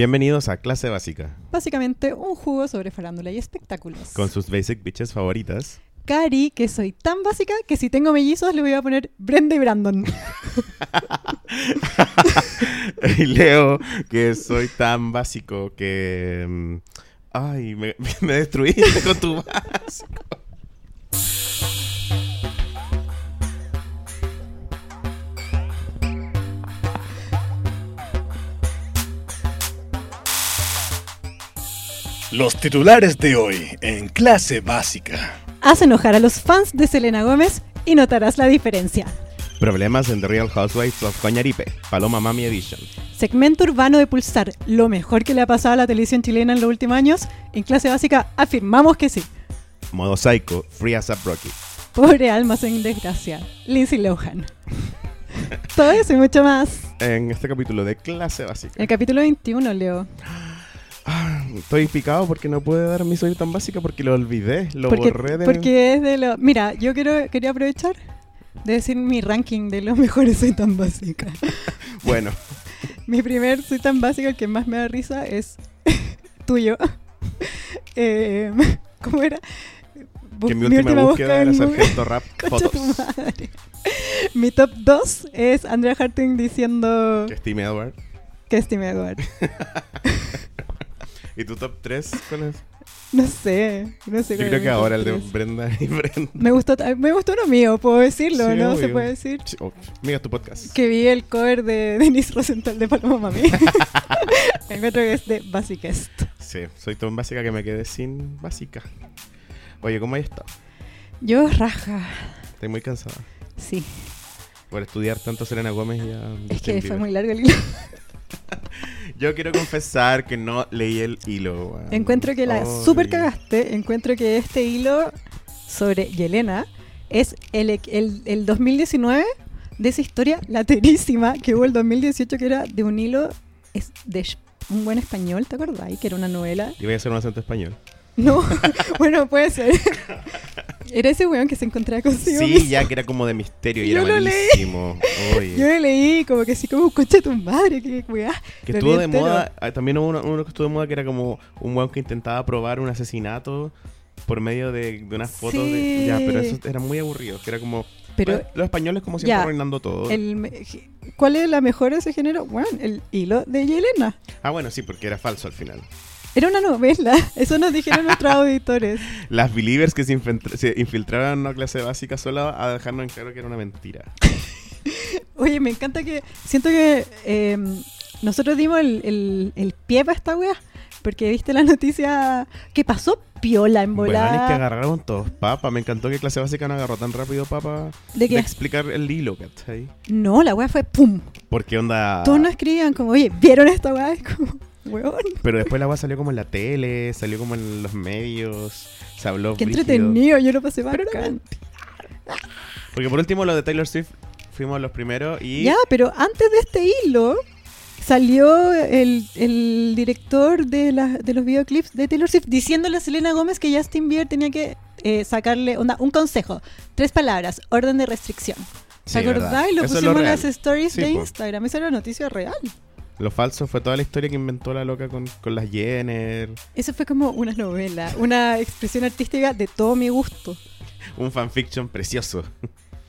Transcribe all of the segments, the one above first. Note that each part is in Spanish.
Bienvenidos a Clase Básica, Básicamente un jugo sobre farándula y espectáculos. con sus basic bitches favoritas. Cari, que soy tan básica que si tengo mellizos le voy a poner Brenda y Brandon. y Leo, que soy tan básico que... mm, Ay, me, me destruiste con tu básico. Los titulares de hoy en clase básica. Haz enojar a los fans de Selena Gómez y notarás la diferencia. Problemas en The Real Housewives of Coñaripe, Paloma Mami Edition. Segmento urbano de Pulsar, lo mejor que le ha pasado a la televisión chilena en los últimos años. En clase básica afirmamos que sí. Modo Psycho, Free as a Rocky. Pobre almas en desgracia, Lindsay Lohan. Todo eso y mucho más. En este capítulo de Clase Básica. El capítulo 21, Leo. Ah, Estoy picado porque no pude dar mi soy tan básica porque lo olvidé, lo porque, borré de... porque es de lo. Mira, yo quiero, quería aprovechar de decir mi ranking de los mejores soy tan básica. Bueno, mi primer soy tan básica, el que más me da risa, es tuyo. Eh, ¿Cómo era? Bus- que mi última, búsqueda era en Google. Sargento Rap Concha Fotos. tu madre. Mi top 2 es Andrea Harting diciendo Que es Tim Edward. que es Tim Edward. ¿Y tu top 3? ¿Cuál es? No sé, no sé. Yo cuál creo es que mi ahora el top de tres. Brenda y Brenda. Me gustó, ta- me gustó uno mío, puedo decirlo, Sí, ¿no? Se obvio. puede decir. Sí, oh, mira tu podcast. Que vi el cover de Denise Rosenthal de Paloma Mami. Me encuentro que es de Basicest. Sí, soy tan básica que me quedé sin básica. Oye, ¿cómo hay estado? Yo raja. Estoy muy cansada Sí, por estudiar tanto a Selena Gómez y a es Justin que fue Bieber. muy largo el hilo. Ah, Yo quiero confesar que no leí el hilo. weón. Encuentro que la Sorry. super cagaste. Encuentro que este hilo sobre Yelena es el, el, el 2019 de esa historia laterísima que hubo el 2018 que era de un hilo es- de sh- un buen español, ¿te acordáis? Que era una novela. Y voy a hacer un acento español. No, bueno, puede ser. Era ese weón que se encontraba consigo. Sí, mismo. ya que era como de misterio y Yo era lo leí. malísimo. Oye. Yo lo leí como que así como concha tu madre, que weá. Que Lo estuvo leí de entero. moda, ah, también hubo uno, uno que estuvo de moda que era como un weón que intentaba probar un asesinato por medio de, de unas fotos de... Ya, pero Sí. eso era muy aburrido, que era como... Pero bueno, los españoles como siempre ya, arruinando todo. el me- ¿cuál es la mejor de ese género? Bueno, el hilo de Yelena. Ah, bueno, sí, porque era falso al final. Era una novela, eso nos dijeron nuestros auditores. Las believers que se, infiltra- se infiltraron en una clase básica sola a dejarnos en claro que era una mentira. Oye, me encanta que siento que eh, nosotros dimos el, el- el pie para esta weá, porque viste la noticia que pasó piola en Bueno, es que volada. agarraron todos papa. Me encantó que clase básica no agarró tan rápido papa de de que explicar el hilo, ¿cachai? no, la weá fue pum. Porque onda... Todos nos escribían como, oye, ¿vieron esta weá? Es como, weón. Pero después la agua salió como en la tele, salió como en los medios, se habló. Qué brígido. entretenido, yo lo pasé bacán. Porque por último lo de Taylor Swift fuimos los primeros y Ya, pero antes de este hilo salió el, el director de, la- de los videoclips de Taylor Swift diciéndole a Selena Gómez que Justin Bieber tenía que eh, sacarle onda, un consejo, tres palabras, orden de restricción. Sí, ¿Se acordáis? verdad. Eso Lo es pusimos en real. las stories Sí, de po. Instagram. Esa era la noticia real. Lo falso fue toda la historia que inventó la loca con, con las Jenner, Eso fue como una novela, una expresión artística de todo mi gusto. un fanfiction precioso.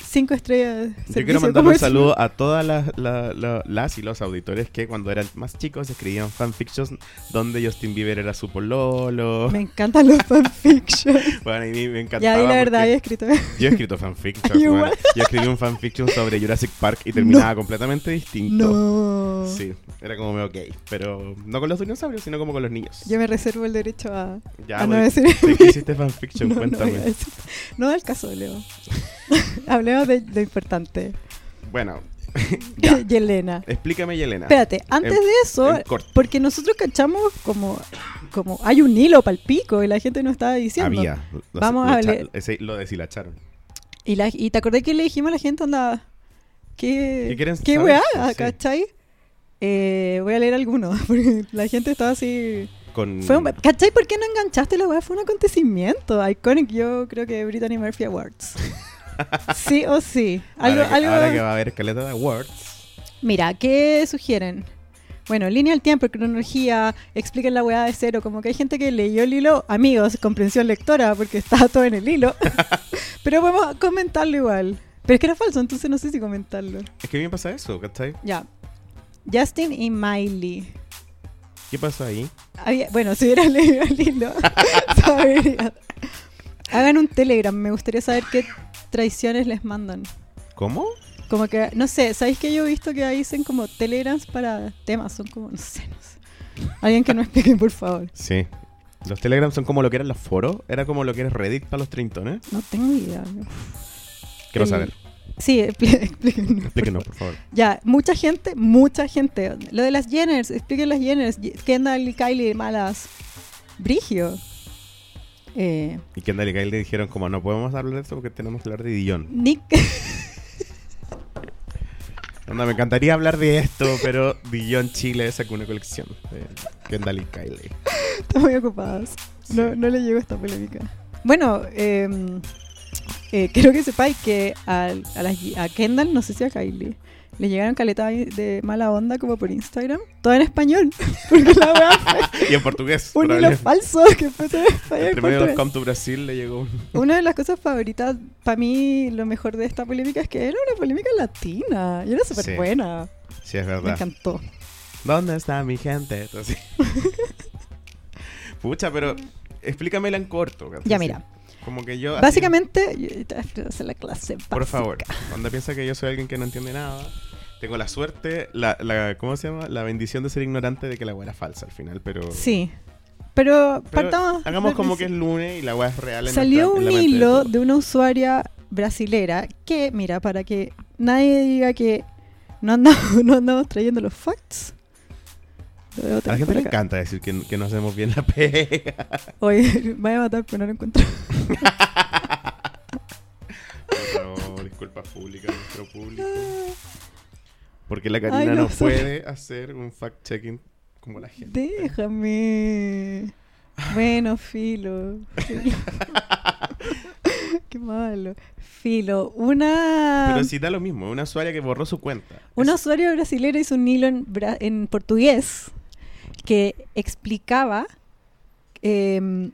Cinco estrellas. Yo quiero servicio mandar un comercial. saludo a todas las, la- la- las y los auditores que cuando eran más chicos escribían fanfictions donde Justin Bieber era su pololo. Me encantan los fanfictions. Bueno, a mí me encantaba. ya, di la verdad, porque- había escrito. Yo he escrito fanfiction. Ay, weón. igual. Yo escribí un fanfiction sobre Jurassic Park y terminaba completamente distinto. No. Sí, era como medio gay. Pero no con los dinosaurios, sino como con los niños. Yo me reservo el derecho a, ya, a no pero decir. ¿de qué hiciste fanfiction? No, no Cuéntame. voy a decir. No da el caso, Leo. Hablemos de lo importante. Bueno, ya. Em, Yelena. Explícame, Yelena. Espérate, antes En- de eso, en corto. porque nosotros cachamos como, como hay un hilo pal pico y la gente no estaba diciendo. Había. Lo- lo- Vamos lo a echa- leer. ese- lo deshilacharon. Y, la, y te acordé que le dijimos a la gente, onda, ¿qué, ¿Qué quieren qué saber? weá? Sí. ¿Cachai? Eh, voy a leer algunos, porque la gente estaba así... Con... Fue un- ¿Cachai? ¿Por qué no enganchaste la weá? Fue un acontecimiento. Iconic, yo creo que Brittany Murphy Awards. sí o sí. Algo, ahora, que, algo... ahora que va a haber escaleta de awards. Mira, ¿qué sugieren? Bueno, línea del tiempo, cronología, expliquen la weá de cero. Como que hay gente que leyó el hilo, amigos, comprensión lectora, porque está todo en el hilo. Pero podemos comentarlo igual. Pero es que era falso, entonces no sé si comentarlo. Es que a mí me pasa eso, ¿cachai? Ya. Justin y Miley. ¿Qué pasa ahí? Había- bueno, si hubiera leído el hilo, sabría. Hagan un Telegram, me gustaría saber qué traiciones les mandan. ¿Cómo? Como que, no sé, ¿sabéis que yo he visto que ahí dicen como Telegrams para temas? Son como, no sé, no sé. Alguien que nos explique, por favor. Sí. Los Telegram son como lo que eran los foros. Era como lo que era Reddit para los trintones. No tengo idea. Quiero El- saber. Sí, expli- explíquenos. por Explíquenos, por favor. Ya, mucha gente, mucha gente. Lo de las Jenners, expliquen las Jenners. Ye- Kendall y Kylie, malas. Brigio. Eh, Y Kendall y Kyle le dijeron como no podemos hablar de esto porque tenemos que hablar de Dillon. Nick. Onda, me encantaría hablar de esto, pero Dillon Chile sacó una colección de Kendall y Kylie. Están muy ocupadas. No, no le llegó esta polémica. Bueno, eh, eh, quiero que sepáis que a, a, las- a Kendall, no sé si a Kylie, le llegaron caletas de mala onda como por Instagram. Todo en español. Porque la weá fue Y en portugués. un hilo probablemente. falso que fue todo en español. Entre medio de los portugués. Come to Brasil le llegó un... Una de las cosas favoritas, para mí, lo mejor de esta polémica es que era una polémica latina. Y era súper Sí, buena. Sí, es Me verdad. encantó. ¿Dónde está mi gente? Esto así. Pucha, pero explícamela en corto. ¿cachai? Ya, mira. Como que yo... así- Básicamente, yo- te voy a hacer la clase. Por básica. favor, cuando piensa que yo soy alguien que no entiende nada, tengo la suerte, la, la- ¿cómo se llama? La bendición de ser ignorante de que la weá era falsa al final, pero... Sí. Pero, pero partamos. Hagamos del como que principio. es lunes y la weá es real. En Salió nuestra- en un la mente de hilo todos. de una usuaria brasilera que, mira, para que nadie diga que no andamos, no andamos trayendo los facts. Lo A debo la tener gente por le acá. encanta decir que, que no hacemos bien la pega. Oye, me voy a matar, pero no lo encuentro. Por favor, disculpa pública, nuestro público. Porque la Karina Ay, no, no, sorry. puede hacer un fact-checking como la gente. Déjame. Bueno, filo. filo. Qué malo. Filo. Una, Pero si da lo mismo, una usuaria que borró su cuenta. una Es- usuaria brasilera hizo un hilo en, bra- en portugués que explicaba em,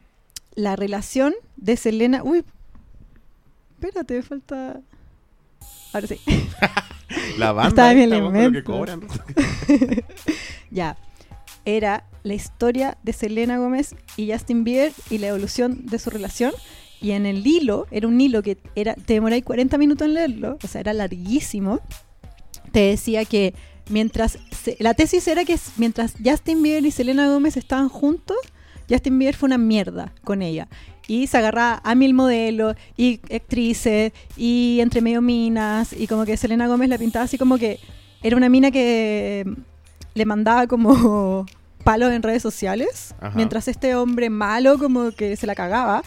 la relación de Selena. Uy, espérate, me falta. Ahora sí. la banda Estaba bien esta, vos, con lo que invento. cobran. Ya. Era la historia de Selena Gómez y Justin Bieber y la evolución de su relación. Y en el hilo, era un hilo que era, te demoráis 40 minutos en leerlo, o sea, era larguísimo. Te decía que mientras. se- la tesis era que s- mientras Justin Bieber y Selena Gómez estaban juntos, Justin Bieber fue una mierda con ella. Y se agarraba a mil modelos y actrices y entre medio minas. Y como que Selena Gómez la pintaba así como que era una mina que mm, le mandaba como palos en redes sociales. Ajá. Mientras este hombre malo como que se la cagaba.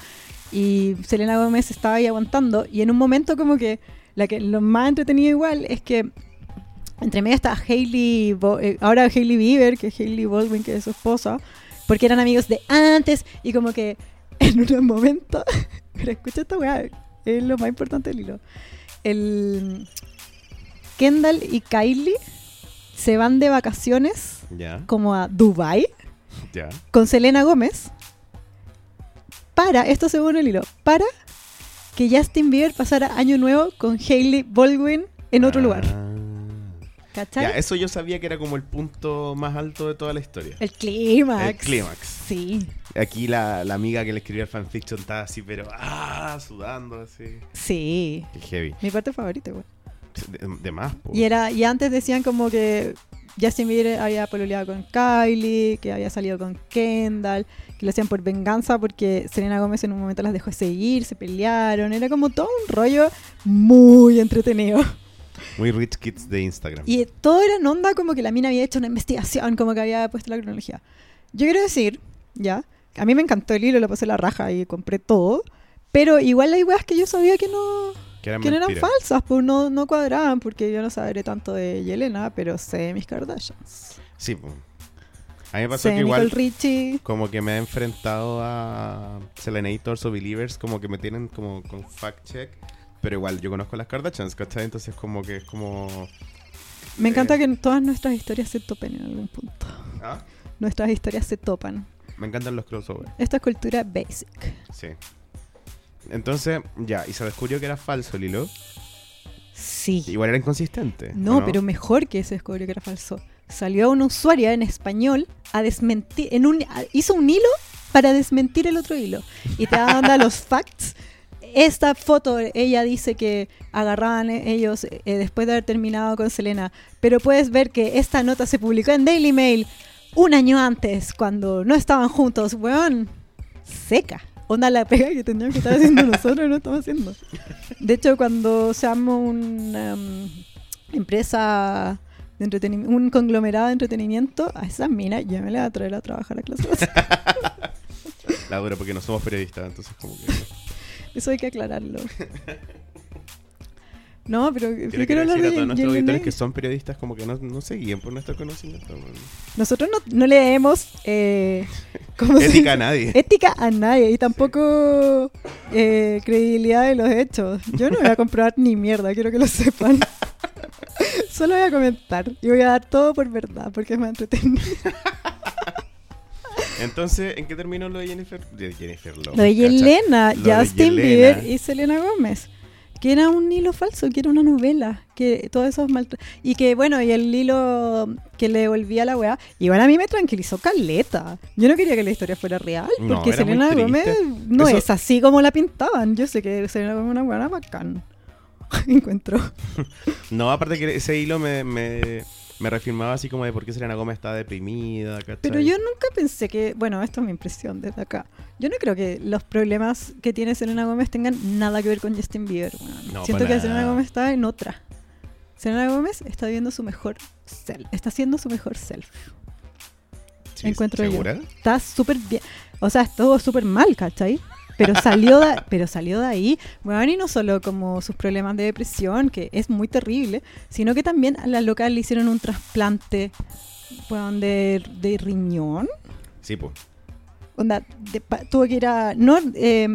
Y Selena Gómez estaba ahí aguantando. Y en un momento como que la que lo más entretenido igual es que entre medio está Hailey, Bo- eh, ahora Hailey Bieber, que es Hailey Baldwin, que es su esposa, porque eran amigos de antes y como que en un momento, pero escucha esta weá, es lo más importante del hilo. El Kendall y Kylie se van de vacaciones Ya, como a Dubai ya. con Selena Gómez para, esto según el hilo, para que Justin Bieber pasara año nuevo con Hailey Baldwin en otro lugar. Ah. ¿Cachai? Ya, eso yo sabía que era como el punto más alto de toda la historia. El clímax. El clímax. Sí, Aquí la, la amiga que le escribió el fanfiction estaba así, pero ah, sudando así. sí. Qué heavy. Mi parte favorita, güey. De, de más, po. Y, era, y antes decían como que Justin Bieber había pololeado con Kylie, que había salido con Kendall, que lo hacían por venganza porque Selena Gómez en un momento las dejó seguir, se pelearon. Era como todo un rollo muy entretenido. Muy rich kids de Instagram. Y todo era en onda como que la mina había hecho una investigación, como que había puesto la cronología. Yo quiero decir, ya, a mí me encantó el hilo, lo pasé la raja y compré todo, pero igual hay weas que yo sabía que no, que eran que no eran mentiras. falsas, pues no, no cuadraban, porque yo no sabré tanto de Yelena, pero sé de mis Kardashians. Sí, po. A mí me pasó Sé que de igual Nicole Richie. como que me he enfrentado a Selenators o Believers, como que me tienen como con fact check, pero igual yo conozco las Kardashians, ¿cachai? Entonces como que es como Me encanta que en todas nuestras historias se topen en algún punto. Ah, Nuestras historias se topan. Me encantan los crossovers. Esto es cultura basic. Sí. Entonces, ya, y se descubrió que era falso el hilo. Sí. Igual era inconsistente. ¿o No, pero mejor que ese descubrió que era falso. Salió una usuaria en español a desmentir, en un, a- hizo un hilo para desmentir el otro hilo. Y te anda los facts. Esta foto, ella dice que agarraban eh, ellos eh, después de haber terminado con Selena. Pero puedes ver que esta nota se publicó en Daily Mail un año antes, cuando no estaban juntos. Weón, seca. Onda la pega que tendríamos que estar haciendo nosotros, no estamos haciendo. De hecho, cuando seamos una um, empresa de entretenimiento, un conglomerado de entretenimiento, a esas minas ya me las voy a traer a trabajar a clase. básica. La dura, porque no somos periodistas, entonces como que... Eso hay que aclararlo. No, pero yo Quiero, quiero quiero hablar decir a todos de nuestros Jelly auditores May. que son periodistas como que no, no se guíen por nuestro conocimiento. bueno. Nosotros no, no leemos eh, ¿cómo se Ética a dice? nadie. ética a nadie y tampoco eh, credibilidad de los hechos. Yo no voy a comprobar ni mierda, quiero que lo sepan. Solo voy a comentar y voy a dar todo por verdad porque es más entretenido. Entonces, ¿en qué terminó lo de Jennifer? De Jennifer Lopez, Lo de cacha. Yelena, Lo de Justin Yelena. Bieber y Selena Gómez. Que era un hilo falso, que era una novela, que todos esos mal... Y que bueno, y el hilo que le devolvía la weá, igual a mí me tranquilizó Caleta. Yo no quería que la historia fuera real, No, porque era muy Selena Gómez triste. no Eso- es así como la pintaban. Yo sé que Selena Gómez es una weá bacán. Encuentro. No, aparte que ese hilo me, me, me reafirmaba así como de por qué Selena Gómez está deprimida, ¿cachai? Pero yo nunca pensé que, bueno, esto es mi impresión desde acá. Yo no creo que los problemas que tiene Selena Gómez tengan nada que ver con Justin Bieber. weón. No, Siento para que Selena nada. Gómez está en otra. Selena Gómez está viendo su mejor self, está haciendo su mejor self. Sí, encuentro yo. ¿Segura? Está súper bien. O sea, estuvo súper mal, ¿cachai? Pero salió, de, pero salió de ahí, bueno, y no solo como sus problemas de depresión, que es muy terrible, sino que también a la local le hicieron un trasplante, weón, de- de riñón. Sí, pues. Onda, de pa- tuvo que ir a. No, eh,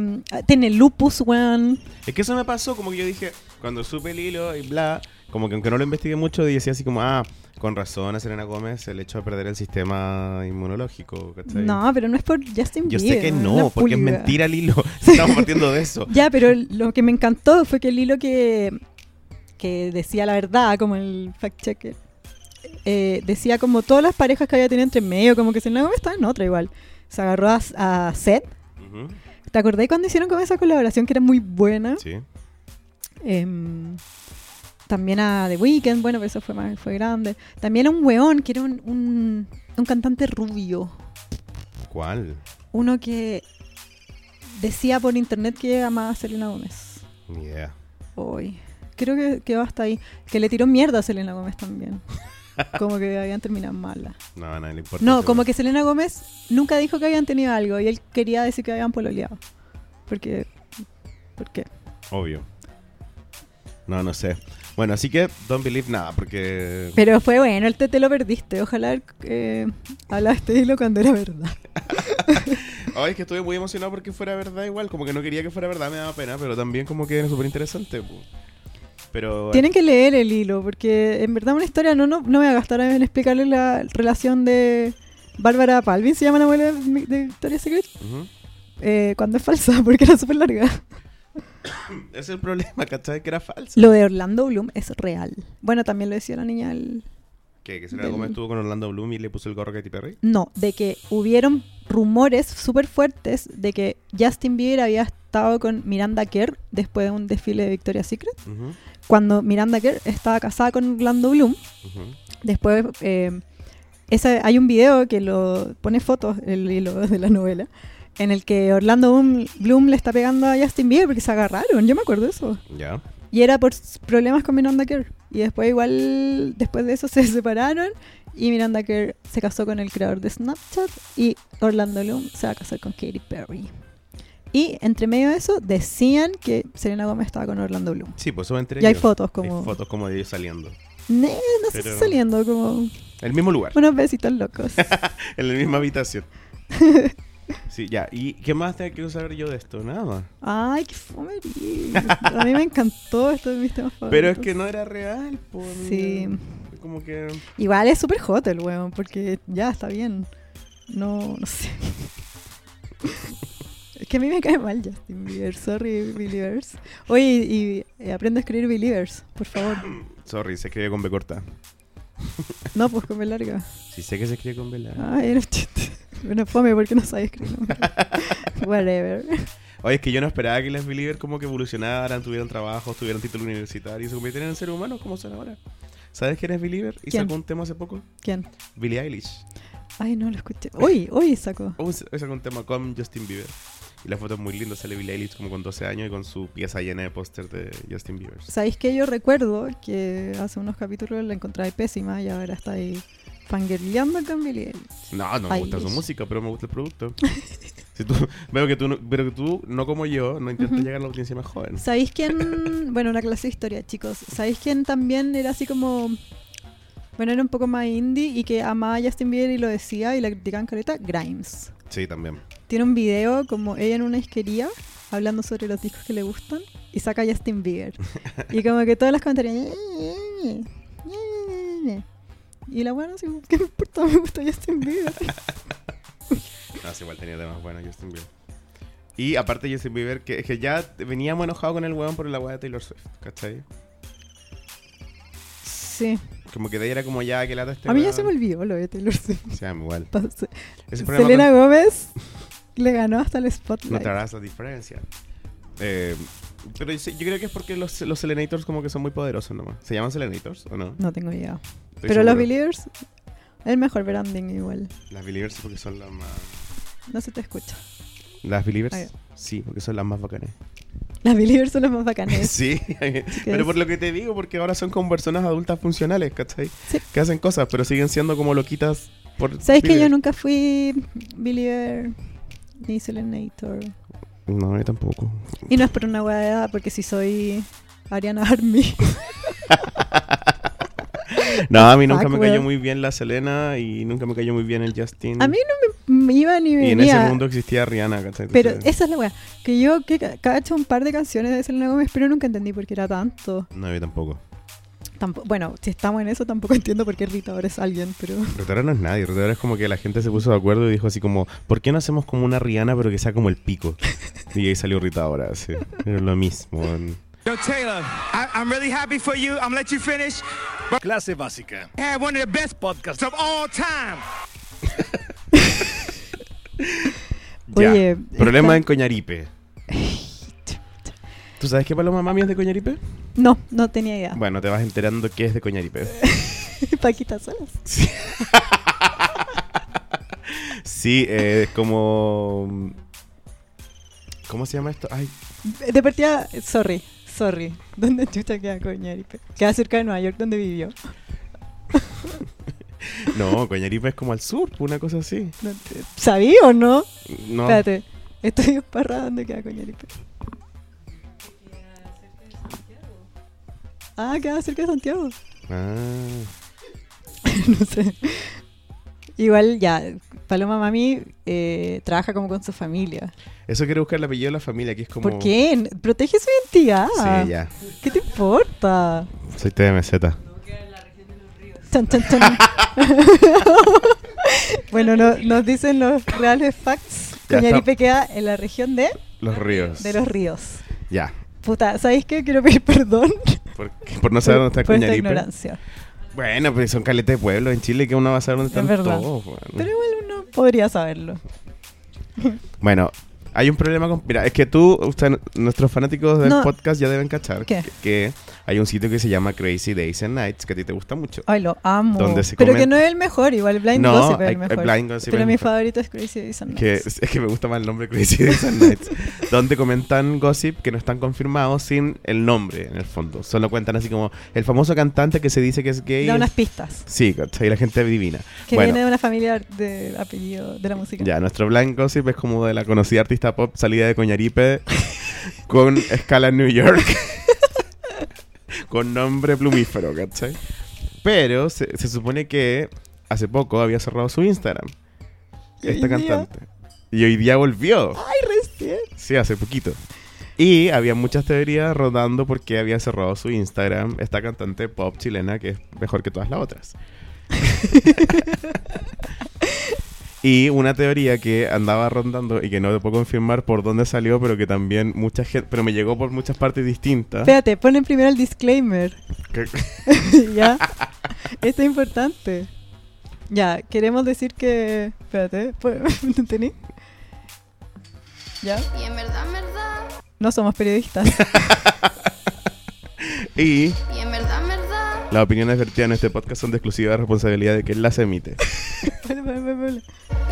tiene lupus, weón. Es que eso me pasó, como que yo dije, cuando supe el hilo y bla, como que aunque no lo investigué mucho, decía así como, ah, con razón a Selena Gómez se le echó a perder el sistema inmunológico, ¿cachai? No, pero no es por Justin Yo Bieber. sé que weón, no, la porque es pulga. mentira el hilo. Estamos partiendo de eso. Ya, pero lo que me encantó fue que el hilo que, que decía la verdad, como el fact checker, eh, decía como todas las parejas que había tenido entre medio, como que se no estaba en otra igual. Se agarró a, a Seth. Ujú, ¿Te acordás cuando hicieron con esa colaboración que era muy buena? Sí. Em, también a The Weeknd, bueno, pero eso fue más, fue grande. También a un weón que era un, un, un cantante rubio. ¿Cuál? Uno que decía por internet que amaba a Selena Gómez. Ni idea. Hoy. Creo que quedó hasta ahí. Que le tiró mierda a Selena Gómez también. Como que habían terminado mala. No, a nadie le importa. No, ese como hilo. que Selena Gómez nunca dijo que habían tenido algo y él quería decir que habían pololeado. Porque. ¿Por qué? Obvio. No, no sé. Bueno, así que don't believe nada, porque. Pero fue bueno, el te, te lo perdiste. Ojalá eh, hablaste hilo cuando era verdad. Ay, es que estuve muy emocionado porque fuera verdad igual. Como que no quería que fuera verdad, me daba pena, pero también como que era súper interesante. pu. Pero. Tienen que leer el hilo, porque en verdad una historia no, no, no voy a gastar en explicarle la relación de Bárbara Palvin, se llama la abuela de mi- de Victoria's Secret, Ujú. eh, cuando es falsa, porque era súper larga. Ese es el problema, ¿cachai? Que era falso. Lo de Orlando Bloom es real. Bueno, también lo decía la niña del- ¿Qué? ¿Que Selena Del- Gómez estuvo con Orlando Bloom y le puso el gorro a Katy Perry? No, de que hubieron rumores súper fuertes de que Justin Bieber había estado con Miranda Kerr después de un desfile de Victoria's Secret. Ujú, cuando Miranda Kerr estaba casada con Orlando Bloom, ujú. después eh, esa- hay un video que lo pone fotos el hilo de la novela, en el que Orlando Bloom, Bloom le está pegando a Justin Bieber porque se agarraron, yo me acuerdo de eso. Ya. Y era por s- problemas con Miranda Kerr. Y después igual, después de eso se separaron y Miranda Kerr se casó con el creador de Snapchat y Orlando Bloom se va a casar con Katy Perry. Y entre medio de eso decían que Selena Gómez estaba con Orlando Bloom. Sí, pues eso me enteré Y hay yo. fotos como... Hay fotos como de ellos saliendo. Ne- no sé Pero- si saliendo como El mismo lugar. unos besitos locos. En la misma habitación. Sí, ya. ¿Y qué más te quiero saber yo de esto? Nada más. Ay, qué fomería. A mí me encantó esto de mis temas favoritos. Pero es que no era real, po, Sí. amiga. como que... Igual es súper hot el weón, porque ya está bien. No, no sé. es que a mí me cae mal Justin Bieber. Sorry, Believers. Oye, y, y aprende a escribir Believers, por favor. Sorry, se escribe con B corta. No, pues con B larga. Sí sé que se escribe con B larga. Ay, era un chiste. Bueno, fome porque no sabes escribir. Whatever. Oye, es que yo no esperaba que las believers como que evolucionaran, tuvieran trabajo, tuvieran título universitario y se convirtieran en seres humanos como son ahora. ¿Sabes quién es believer? Y ¿Quién? sacó un tema hace poco. ¿Quién? Billie Eilish. Ay, no lo escuché. Hoy, hoy sacó. Hoy sa- hoy sacó un tema con Justin Bieber. Y la foto es muy linda, sale Billie Eilish como con 12 años y con su pieza llena de póster de Justin Bieber. ¿Sabéis que yo recuerdo que hace unos capítulos la encontré pésima y ahora está ahí fangirleando con Billie Eilish? No, no me gusta su Eilish. música, pero me gusta el producto. si tú, veo que tú, no, pero que tú, no como yo, no intentas Ujú. llegar a la audiencia más joven. ¿Sabéis quién? Bueno, una clase de historia, chicos. ¿Sabéis quién también era así como. Bueno, era un poco más indie y que amaba a Justin Bieber y lo decía y la criticaban careta? Grimes. Sí, también. Tiene un video como ella en una isquería hablando sobre los discos que le gustan y saca a Justin Bieber. Y como que todas las comentarios. Y la buena, así como, ¿qué me importa? Me gusta Justin Bieber. No, Ah, sí, igual tenía temas buenos Justin Bieber. Y aparte Justin Bieber, que, que ya veníamos enojados con el weón por la weá de Taylor Swift, ¿cachai? Sí. Como que de ahí era como ya que lata este A mí ya weón. se me olvidó lo de Taylor Swift. Sí, a mí igual. Entonces, Ese problema Selena con- Gómez le ganó hasta el No spotlight. te harás la diferencia. Eh, pero yo, sé- yo creo que es porque los, los Selenators como que son muy poderosos nomás. ¿Se llaman Selenators o no? no tengo idea. Estoy Pero los seguro. Believers, el mejor branding igual. Las Believers porque son las más... No se te escucha. Las Believers, Ah, sí, porque son las más bacanas. Las Believers son los más bacanes. Sí, pero por lo que te digo, porque ahora son como personas adultas funcionales, ¿cachai? Sí. Que hacen cosas, pero siguen siendo como loquitas por... ¿Sabes que yo Bieber. nunca fui Believer ni Selenator? No, yo tampoco. Y no es por una hueá, porque si soy Ariana Army. No, a mí nunca Fuck, me cayó weón. muy bien la Selena y nunca me cayó muy bien el Justin. A mí no me iba ni Y venía. en ese mundo existía Rihanna, ¿cachai? Pero Entonces, esa es la weá. Que yo que ca- cacho un par de canciones de Selena Gómez, pero nunca entendí por qué era tanto. No, yo tampoco. Tampo- bueno, si estamos en eso, tampoco entiendo por qué Rita ahora es alguien, pero. Rotero no es nadie. Rotero es como que la gente se puso de acuerdo y dijo así como, ¿por qué no hacemos como una Rihanna pero que sea como el pico? Y ahí salió Rita ahora, sí. Pero lo mismo. Yo, Taylor, I, I'm really happy for you. I'm gonna let you finish. Clase básica. I had one of the best podcasts of all time. Ya. Oye, Problema esta- en Coñaripe. ¿Tú sabes qué paloma mami es de Coñaripe? No, no tenía idea. Bueno, te vas enterando qué es de Coñaripe. Paquita Salas. Sí, eh, es como... ¿Cómo se llama esto? Ay, De partida, sorry, sorry. ¿Dónde chucha queda Coñaripe? Queda cerca de Nueva York, donde vivió. no, Coñaripe es como al sur, una cosa así. No te- ¿Sabí o no? No, Espérate, estoy esparra ¿dónde queda Coñaripe? Ah, queda cerca de Santiago. Ah, no sé. Igual ya, Paloma Mami eh, trabaja como con su familia. eso quiero buscar el apellido de la familia, que es como... ¿Por qué? Ah. Protege su identidad. Sí, ya. ¿Qué te importa? Soy TMZ. Chan, chan, chan. bueno, no- nos dicen los reales facts. Ya Coñaripe queda en la región de, Los ríos. Ah, de los ríos. Ya. Puta, ¿sabéis qué? Quiero pedir perdón Por, por no saber por, dónde está por esta Coñaripe. ignorancia. Bueno, pues son caletes de pueblo en Chile que uno va a saber dónde Es están verdad. todos. weón. Pero igual uno podría saberlo. Bueno, hay un problema con... Mira, es que tú, usted- nuestros fanáticos del No. podcast ya deben cachar ¿Qué? Que, que hay un sitio que se llama Crazy Days and Nights, que a ti te gusta mucho. Ay, lo amo. Donde se Pero comen- que no es el mejor, igual Blind No, Gossip es hay- el mejor. hay Blind Gossip es Pero el mi mejor. favorito es Crazy Days and Que, Nights. es que me gusta más el nombre Crazy Days and Nights. donde comentan gossip que no están confirmados sin el nombre, en el fondo. Solo cuentan así como el famoso cantante que se dice que es gay. Da unas pistas. Sí, ¿cachai? La gente adivina. Que bueno, viene de una familia de apellido de la música. Ya, nuestro blind gossip es como de la conocida artista pop salida de Coñaripe con escala en New York. con nombre plumífero, ¿cachai? Pero se, se supone que hace poco había cerrado su Instagram. Y hoy Esta día- cantante. Y hoy día volvió. Ay, recién. Ah. Sí, hace poquito. Y había muchas teorías rodando porque había cerrado su Instagram esta cantante pop chilena que es mejor que todas las otras. y una teoría que andaba rondando y que no te puedo confirmar por dónde salió, pero que también mucha gente, pero me llegó por muchas partes distintas. Espérate, ponen primero el disclaimer. Que- ya. Esto es importante. Ya, queremos decir que. Espérate, ¿me entendí? Ya. Y en verdad, en verdad, No somos periodistas. y y en verdad, en verdad, las opiniones vertidas en este podcast son de exclusiva responsabilidad de quien las emite. Vale, vale, vale, vale.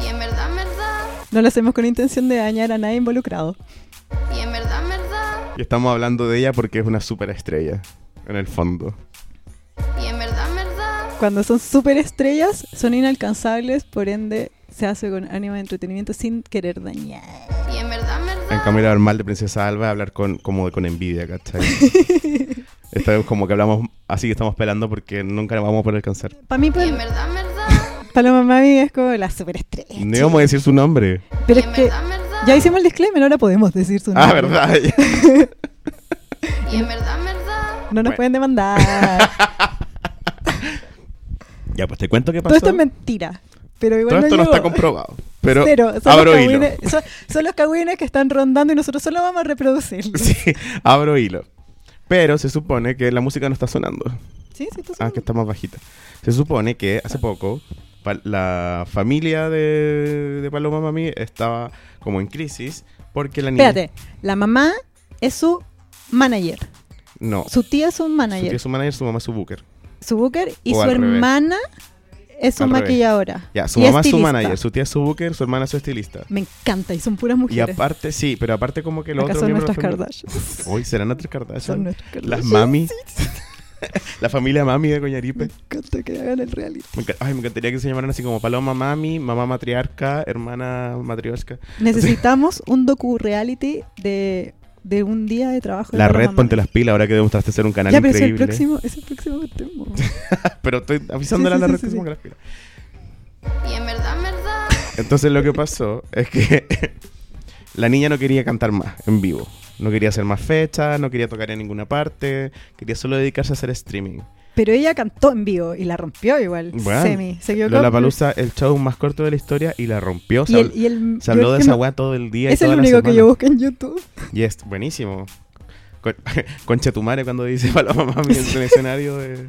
y en verdad, en verdad, no lo hacemos con intención de dañar a nadie involucrado. y en verdad, en verdad, Y estamos hablando de ella porque es una superestrella, en el fondo. y en verdad, en verdad, Cuando son superestrellas, son inalcanzables, por ende, se hace con ánimo de entretenimiento sin querer dañar. y en verdad, en verdad, En cambio, hablar mal de Princesa Alba es hablar con, como con envidia, ¿cachai? Esta vez como que hablamos así que estamos pelando porque nunca la vamos a poder alcanzar. Para mí, y en Pal- verdad, en verdad, Paloma Mami es como la superestrella. No íbamos a decir su nombre. Pero y es en que verdad, en verdad, ya hicimos el disclaimer, ahora podemos decir su nombre. Ah, ¿verdad? y en verdad, en verdad, No nos Bueno. pueden demandar. ya, pues te cuento qué Ah. Todo pasó. esto es mentira. Pero igual Todo no, esto no llegó. está comprobado. Pero Cero. Son, abro los hilo. cagüines- son, son los cagüines que están rondando y nosotros solo vamos a reproducir. Sí, Sí, abro hilo. Pero se supone que la música no está sonando. sí, esto es Ah, un- que está más bajita. Se supone que hace poco pa- la familia de, de Paloma Mami estaba como en crisis porque la niña... Espérate, la mamá es su manager. No. Su tía es un Su tía manager. es su manager, su mamá es su booker. Su booker y O su al revés. hermana es su Al revés. maquilladora. Ya, su y mamá es su estilista. manager, su tía es su booker, su hermana es su estilista. Me encanta, y son puras Y mujeres. aparte, sí, pero aparte como que los Acá otros son miembros nuestras de la familia- Kardashians. Uy, serán nuestras Kardashian. Son nuestras Las Kardashians. mami. la familia mami de Coñaripe. Me encanta que hagan el reality. Me enca- Ay, me encantaría que se llamaran así como Paloma Mami, Mamá Matriarca, Hermana Matriarca. Necesitamos un docu-reality de, de un día de trabajo. de La Paloma red, Mami. ponte las pilas ahora que demostraste ser un canal Ya, pero es el increíble. próximo, es el próximo tema. Pero estoy avisándole Sí, a la sí, red sí, que sí, se sí. ponga las pilas. y en verdad, en verdad, Entonces lo que pasó es que la niña no quería cantar más en vivo. No quería hacer más fechas, no quería tocar en ninguna parte, quería solo dedicarse a hacer streaming. Pero ella cantó en vivo y la rompió igual. Bueno, Semi. Se equivocó. Lola Palusa, el show más corto de la historia y la rompió. pues- Y Se, el, habl- y el- se habló yo de es que esa no- weá todo el día. y Es el toda la único que semana. yo busqué en YouTube. Y es buenísimo. Con, concha tu madre cuando dice Paloma Mami en el escenario de,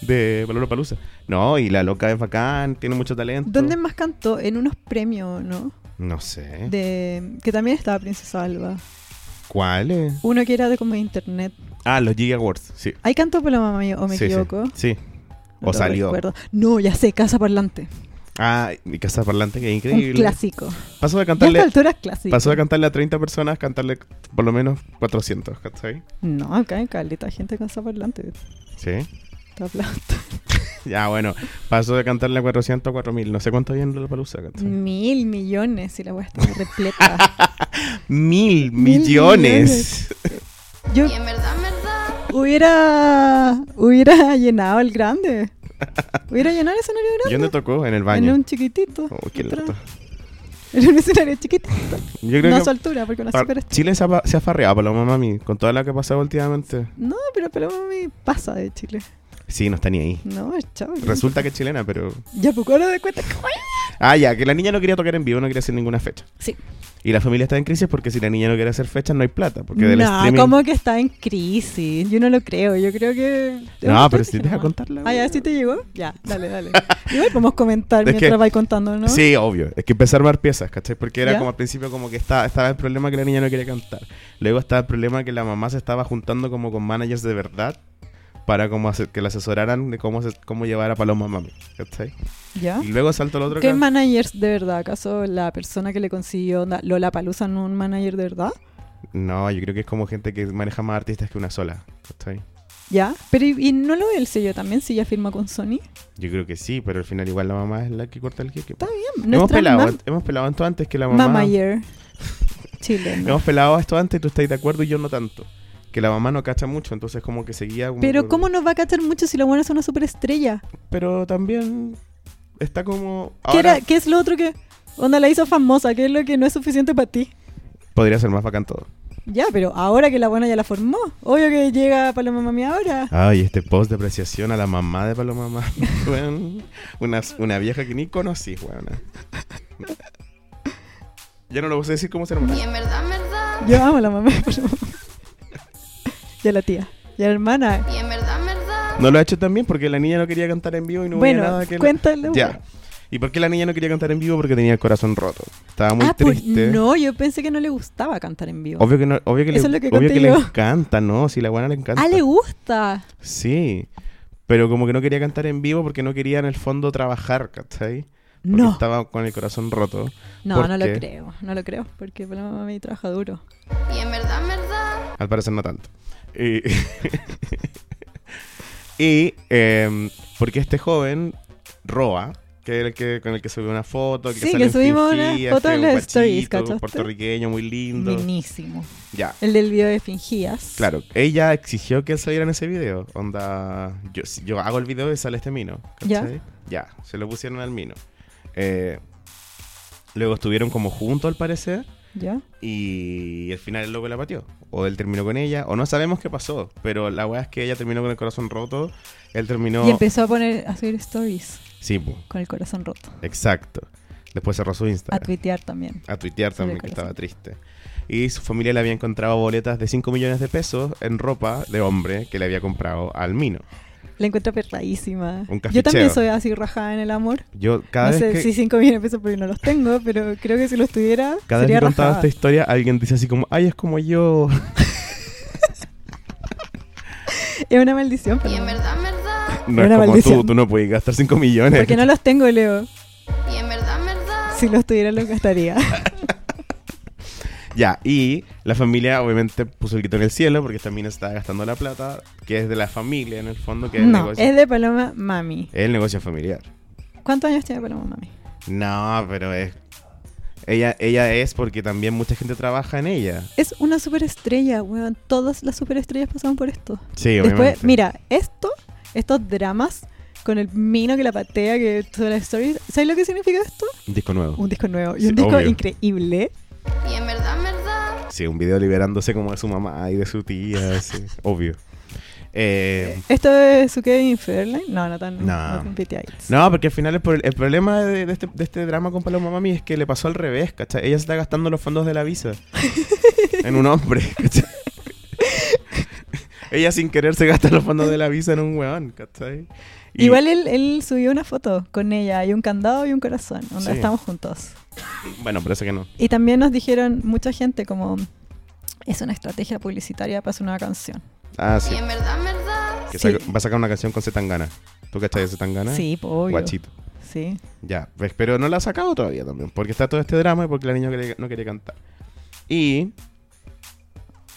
de Palusa. No, y la loca es bacán, tiene mucho talento. ¿Dónde más cantó? En unos premios, ¿no? No sé. De, que también estaba Princesa Alba. ¿Cuál es? Uno que era de como de internet. Ah, los Giga Awards, sí. ¿Ahí cantó por la mamá mía, o me Sí, sí, equivoco? Sí. No O lo salió. recuerdo. No, ya sé, Casa Parlante. Ah, mi casa parlante, que es Un increíble. clásico. Pasó de Ya a esta cantarle. altura es clásico. Pasó de cantarle a 30 personas, cantarle por lo menos 400, ¿cachai? No, acá en Caleta, hay gente de Casa Parlante. Sí. Está aplasta. Ya, bueno. Pasó de cantarle a 400 a 4000. No sé cuánto había en la palusa, ¿cachai? Mil millones, si la voy a estar repleta. Mil, Mil millones. Yo y en verdad, en verdad, hubiera, hubiera llenado el grande. Hubiera llenado el escenario ¿Y dónde grande. tocó? En el en baño. un chiquitito. Oh, qué atrás. lata. En un escenario chiquitito. Yo creo No a que su altura, porque no par- super Chile se ha, se ha farreado, Paloma Mami, con toda la que ha pasado últimamente. No, pero Paloma me pasa de Chile. Sí, no está ni ahí. No, chao. Resulta que es chilena, pero. Ya pues, poco ahora de cuenta que. Ah, ya, que la niña no quería tocar en vivo, no quería hacer ninguna fecha. Sí. Y la familia está en crisis porque si la niña no quiere hacer fechas no hay plata. Porque del no, streaming... como que está en crisis. Yo no lo creo. Yo creo que. No, pero si te te deja contarla. Ah, ya, sí te llegó. Ya, dale, dale. Igual podemos comentar Es que- mientras vais contando, ¿no? Sí, obvio. Es que empecé a armar piezas, ¿cachai? Porque era ¿Ya? como al principio como que estaba, estaba el problema que la niña no quería cantar. Luego estaba el problema que la mamá se estaba juntando como con managers de verdad para como hacer- que la asesoraran de cómo, se- cómo llevar a Paloma Mami, ¿cachai? ¿Ya? Y luego salto al otro Ah, ¿Qué can- managers de verdad? ¿Acaso la persona que le consiguió onda, Lola Palusa no un manager de verdad? No, yo creo que es como gente que maneja más artistas que una sola, ¿cachai? ¿Ya? Pero ¿y, y no lo ve el sello también si ya firma con Sony? Yo creo que sí, pero al final igual la mamá es la que corta el jeque. Bien, Hemos nuestra pelado, mam- hemos pelado esto antes que la mamá... mamager chilena. Hemos pelado esto antes y tú estás de acuerdo y yo no tanto. Que la mamá no cacha mucho, entonces como que seguía... como Pero por- ¿cómo nos va a cachar mucho si la buena es una superestrella? Pero también está como... ¿Qué, Ahora era, ¿Qué es lo otro que... Onda la hizo famosa, ¿qué es lo que no es suficiente para ti? podría ser más bacán todo. Ya, pero ahora que la buena ya la formó, obvio que llega Paloma Mami ahora. Ay, este post de apreciación a la mamá de Paloma Mami, weón. Una, una vieja que ni conocí, weón. Ya no lo voy a decir cómo se llama. Y en verdad, en verdad. Yo amo a la mamá de Paloma Mami. Y a la tía. Y a la hermana. Y en verdad, en verdad. No lo ha hecho también porque la niña no quería cantar en vivo y no Bueno, había nada que... cuéntalo, Ya. weón. ¿Y por qué la niña no quería cantar en vivo? Porque tenía el corazón roto. Estaba muy ah, pues triste. no, yo pensé que no le gustaba cantar en vivo. Obvio que, no, obvio que, Eso le, es lo que obvio conté que le yo. encanta, ¿no? Si la buena le encanta. Ah, le gusta. Sí. Pero como que no quería cantar en vivo porque no quería en el fondo trabajar, ¿cachai? Porque No. estaba con el corazón roto. No, ¿Por no qué? lo creo. No lo creo. Porque Paloma Mami trabaja duro. Y en verdad, en verdad. Al parecer no tanto. Y, y, em, porque este joven, Roa, que era el que con el que subí una foto, el que Sí, sale que en subimos una Fingía, foto este en las stories, guachito ¿cachaste? puertorriqueño, muy lindo. Minísimo. Ya. El del video de Fingías. Claro, ella exigió que él saliera en ese video. Onda, yo, si yo hago el video y sale este mino. ¿cachai? Ya, se lo pusieron al mino. Eh, luego estuvieron como juntos al parecer. ¿Ya? Y al final el loco la pateó. O él terminó con ella. O no sabemos qué pasó. Pero la weá es que ella terminó con el corazón roto. Él terminó. Y empezó a poner a subir stories Sí, pu, con el corazón roto. exacto. Después cerró su A Instagram. tuitear también. A tuitear Sobre también, el que corazón. estaba triste. Y su familia le había encontrado boletas de 5 millones de pesos en ropa de hombre que le había comprado al Mino. La encuentro perradísima. Un Yo también caficheo. soy así rajada en el amor. Yo cada no sé vez que, si 5 millones de pesos porque no los tengo, pero creo que si los tuviera cada vez sería que contaba rajada. esta historia, alguien dice así como, ay, es como yo. Es una maldición para Y en mí. verdad, en verdad. No Una es como tú, maldición. tú no puedes gastar 5 millones. Porque no los tengo, Leo. Y en verdad, en verdad. Si los tuviera los gastaría. Ya, y la familia obviamente puso el grito en el cielo porque también estaba gastando la plata, que es de la familia en el fondo, que es el no, negocio. es de Paloma Mami. es el negocio familiar. ¿Cuántos años tiene Paloma Mami? No, pero es. Ella, ella es porque también mucha gente trabaja en ella. Es una superestrella, weón. Todas las superestrellas pasaron por esto. Sí, obviamente. Después, mira, esto, estos dramas con el mino que la patea, que toda la story. ¿Sabes lo que significa esto? Un disco nuevo. Un disco nuevo y Sí, un disco obvio. increíble. Y en verdad, en verdad. Sí, un video liberándose como de su mamá y de su tía, sí, obvio. Eh, Esto es su que Fairline. No, no No. tan. No, tan PTIs. No, porque al final el, pro- el problema de, de este, de este drama con Paloma Mami es que le pasó al revés, ¿cachai? Ella se está gastando los fondos de la visa en un hombre, ¿cachai? Ella sin querer se gasta los fondos de la visa en un weón, ¿cachai? Y- Igual él, él subió una foto con ella y un candado y un corazón. Onda, Sí. Estamos juntos. Bueno, parece que no. Y también nos dijeron mucha gente como es una estrategia publicitaria para su nueva canción. Ah, sí. Y en verdad, en verdad. Que Sí. saca- va a sacar una canción con Zetangana. ¿Tú cachai de Zetangana? Sí, po, obvio. Guachito. Sí. Ya, pues, pero no la ha sacado todavía también, porque está todo este drama y porque la niña quería- no quería cantar. Y...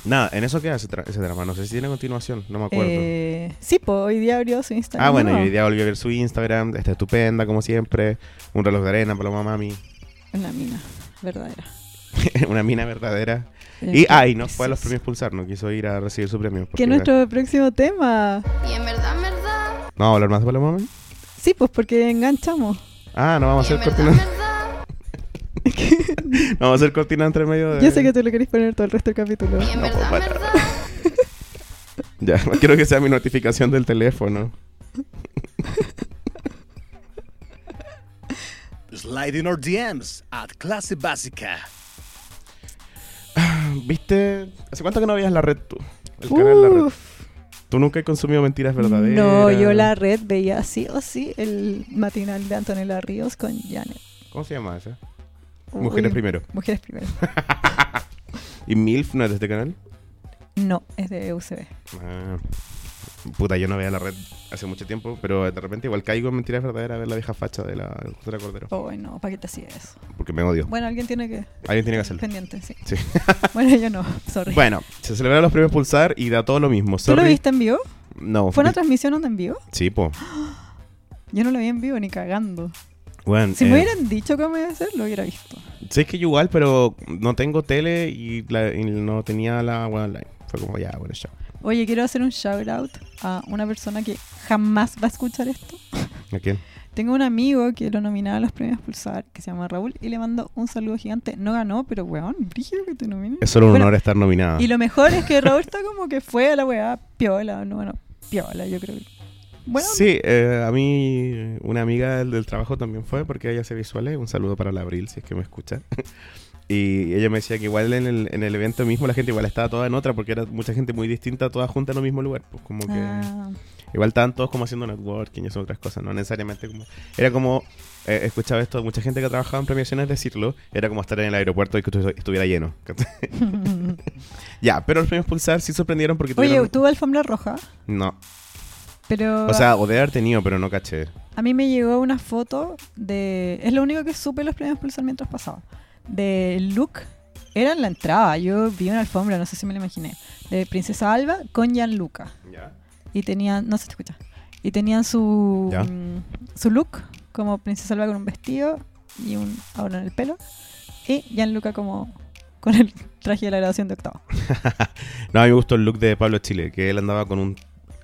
Nada, en eso queda ese, tra- ese drama. No sé si tiene continuación, no me acuerdo. Eh, sí, po, hoy día abrió su Instagram. Ah, bueno, nuevo. y hoy día volvió a ver su Instagram, está estupenda como siempre, un reloj de arena, paloma mami, Una mina verdadera. una mina verdadera. Eh, Y, qué ay, no fue a los precioso. premios Pulsar, no quiso ir a recibir su premio. Que porque- es nuestro próximo tema. Y en verdad, en verdad. ¿No vamos a hablar más de paloma mami? Sí, pues porque enganchamos. Ah, no vamos Y a en hacer verdad, cortina, en verdad. no vamos a hacer cortina entre medio de... Yo sé que tú le querés poner todo el resto del capítulo. Y No, en verdad, en pues, verdad. Ya, quiero que sea mi notificación del teléfono. Slide in our DMs at Clase Básica. ¿Viste? ¿Hace cuánto que no veías la red tú? El canal La Red. Uf, Tú nunca has consumido mentiras verdaderas. No, yo la red veía sí o sí el matinal de Antonella Ríos con Janet. ¿Cómo se llama esa? Uy, Mujeres Primero. Mujeres primero. ¿Y MILF no es de este canal? No, es de UCB. Ah. Puta, yo no veía la red hace mucho tiempo, pero de repente igual caigo en mentiras verdaderas a ver la vieja facha de la de la Cordero. Oh, bueno, ¿para qué te hacía eso? Porque me odio. Bueno, alguien tiene que. Alguien tiene que hacerlo. Pendiente, sí. Sí. Bueno, yo no, sorry. Bueno, se celebraron los premios Pulsar y da todo lo mismo. ¿Tú lo Sorry. viste en vivo? No. ¿Fue una vi- transmisión onda en vivo? Sí, po. Yo no lo vi en vivo ni cagando. Bueno, Si eh, me hubieran dicho cómo iba a ser, lo hubiera visto. Sí, es que yo igual, pero no tengo tele y, la- y no tenía la web online. Fue como, ya, bueno, ya. Oye, quiero hacer un shout out a una persona que jamás va a escuchar esto. ¿A quién? Tengo un amigo que lo nominaba a los premios Pulsar, que se llama Raúl, y le mando un saludo gigante. No ganó, pero weón, brígido que te nominen. Es solo un Bueno, honor estar nominada. Y lo mejor es que Raúl está como que fue a la weá piola, no, bueno, piola, yo creo. Bueno, sí, eh, a mí una amiga del, del trabajo también fue porque ella se visuales. Un saludo para la Abril, si es que me escucha. y ella me decía que igual en el, en el evento mismo la gente igual estaba toda en otra porque era mucha gente muy distinta, toda junta en el mismo lugar. Pues como que ah, igual estaban todos como haciendo networking y son otras cosas, no necesariamente como... Era como, eh, escuchaba esto de mucha gente que trabajaba en premiaciones decirlo, era como estar en el aeropuerto y que estu- estuviera lleno. ¿cachai? ya, pero los premios Pulsar sí sorprendieron porque Oye, tuvieron... tuvo alfombra roja, No, pero o sea, o de haber tenido, pero no caché. a mí me llegó una foto de... Es lo único que supe de los premios Pulsar mientras pasaba. De Luke, era en la entrada, yo vi una alfombra, no sé si me la imaginé, de Princesa Alba con Gianluca. y tenían, no se te escucha, y tenían su Ya. mm, su look como princesa Alba con un vestido y un ahora en el pelo y Gianluca como con el traje de la graduación de octavo. No, a mí me gustó el look de Pablo Chile, que él andaba con un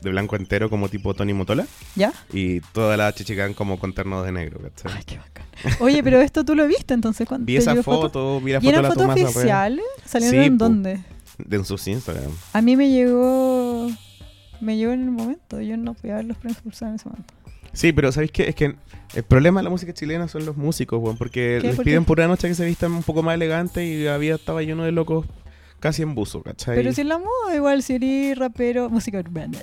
de blanco entero como tipo Tony Motola ¿Ya? y toda la chichicán como con ternos de negro. ¿cachai? Ay, qué bacán. Oye, pero esto tú lo viste entonces cuando Vi esa foto, vi la ¿Y foto de eran la fotos Tomasa, pues, oficiales? ¿Salieron Sí, en po. dónde? de en sus Instagram. A mí me llegó me llegó en el momento, yo no podía ver los premios pulsados en ese momento. Sí, pero ¿sabéis qué? Es que el problema de la música chilena son los músicos, weón, porque ¿Qué? les ¿Por piden qué? por una noche que se vistan un poco más elegantes y había estaba lleno de locos casi en buzo, ¿cachai? Pero si en la moda igual, si eres rapero, música urbana.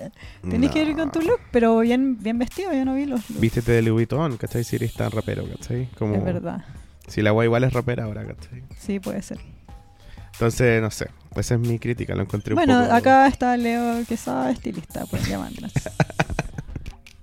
Tenés que No. ir con tu look, pero bien, bien vestido, yo no vi los looks. Vístete de Louis Vuitton, ¿cachai? Si eres tan rapero, ¿cachai? Como... Es verdad. Si la guay igual es rapera ahora, ¿cachai? Sí, puede ser. Entonces, no sé. Esa es mi crítica, lo encontré un Bueno, poco... acá está Leo Quesada, estilista, pues llamarnos.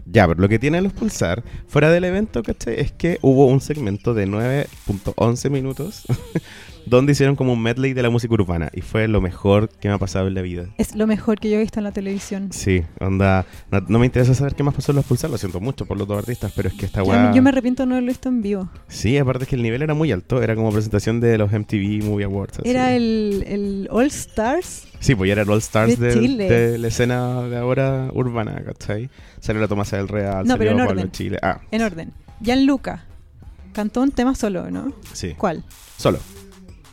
Ya, pero lo que tienen los Pulsar, fuera del evento, ¿cachai? Es que hubo un segmento de 9.11 minutos donde hicieron como un medley de la música urbana y fue lo mejor que me ha pasado en la vida. es lo mejor que yo he visto en la televisión. Sí, onda. No, no me interesa saber qué más pasó en los Pulsar, lo siento mucho por los dos artistas, pero es que esta Ya weá. me- Yo me arrepiento de no haberlo visto en vivo. Sí, aparte es que el nivel era muy alto, era como presentación de los MTV Movie Awards. así. Era el, el All Stars. Sí, pues ya era el All Stars de del- Chile. de la escena de ahora urbana, ¿cachai? Salió la Tomasa del Real, No, pero salió en Pablo orden. Chile. Ah, En orden. Gianluca. Cantó un tema solo, ¿no? sí. ¿Cuál? Solo.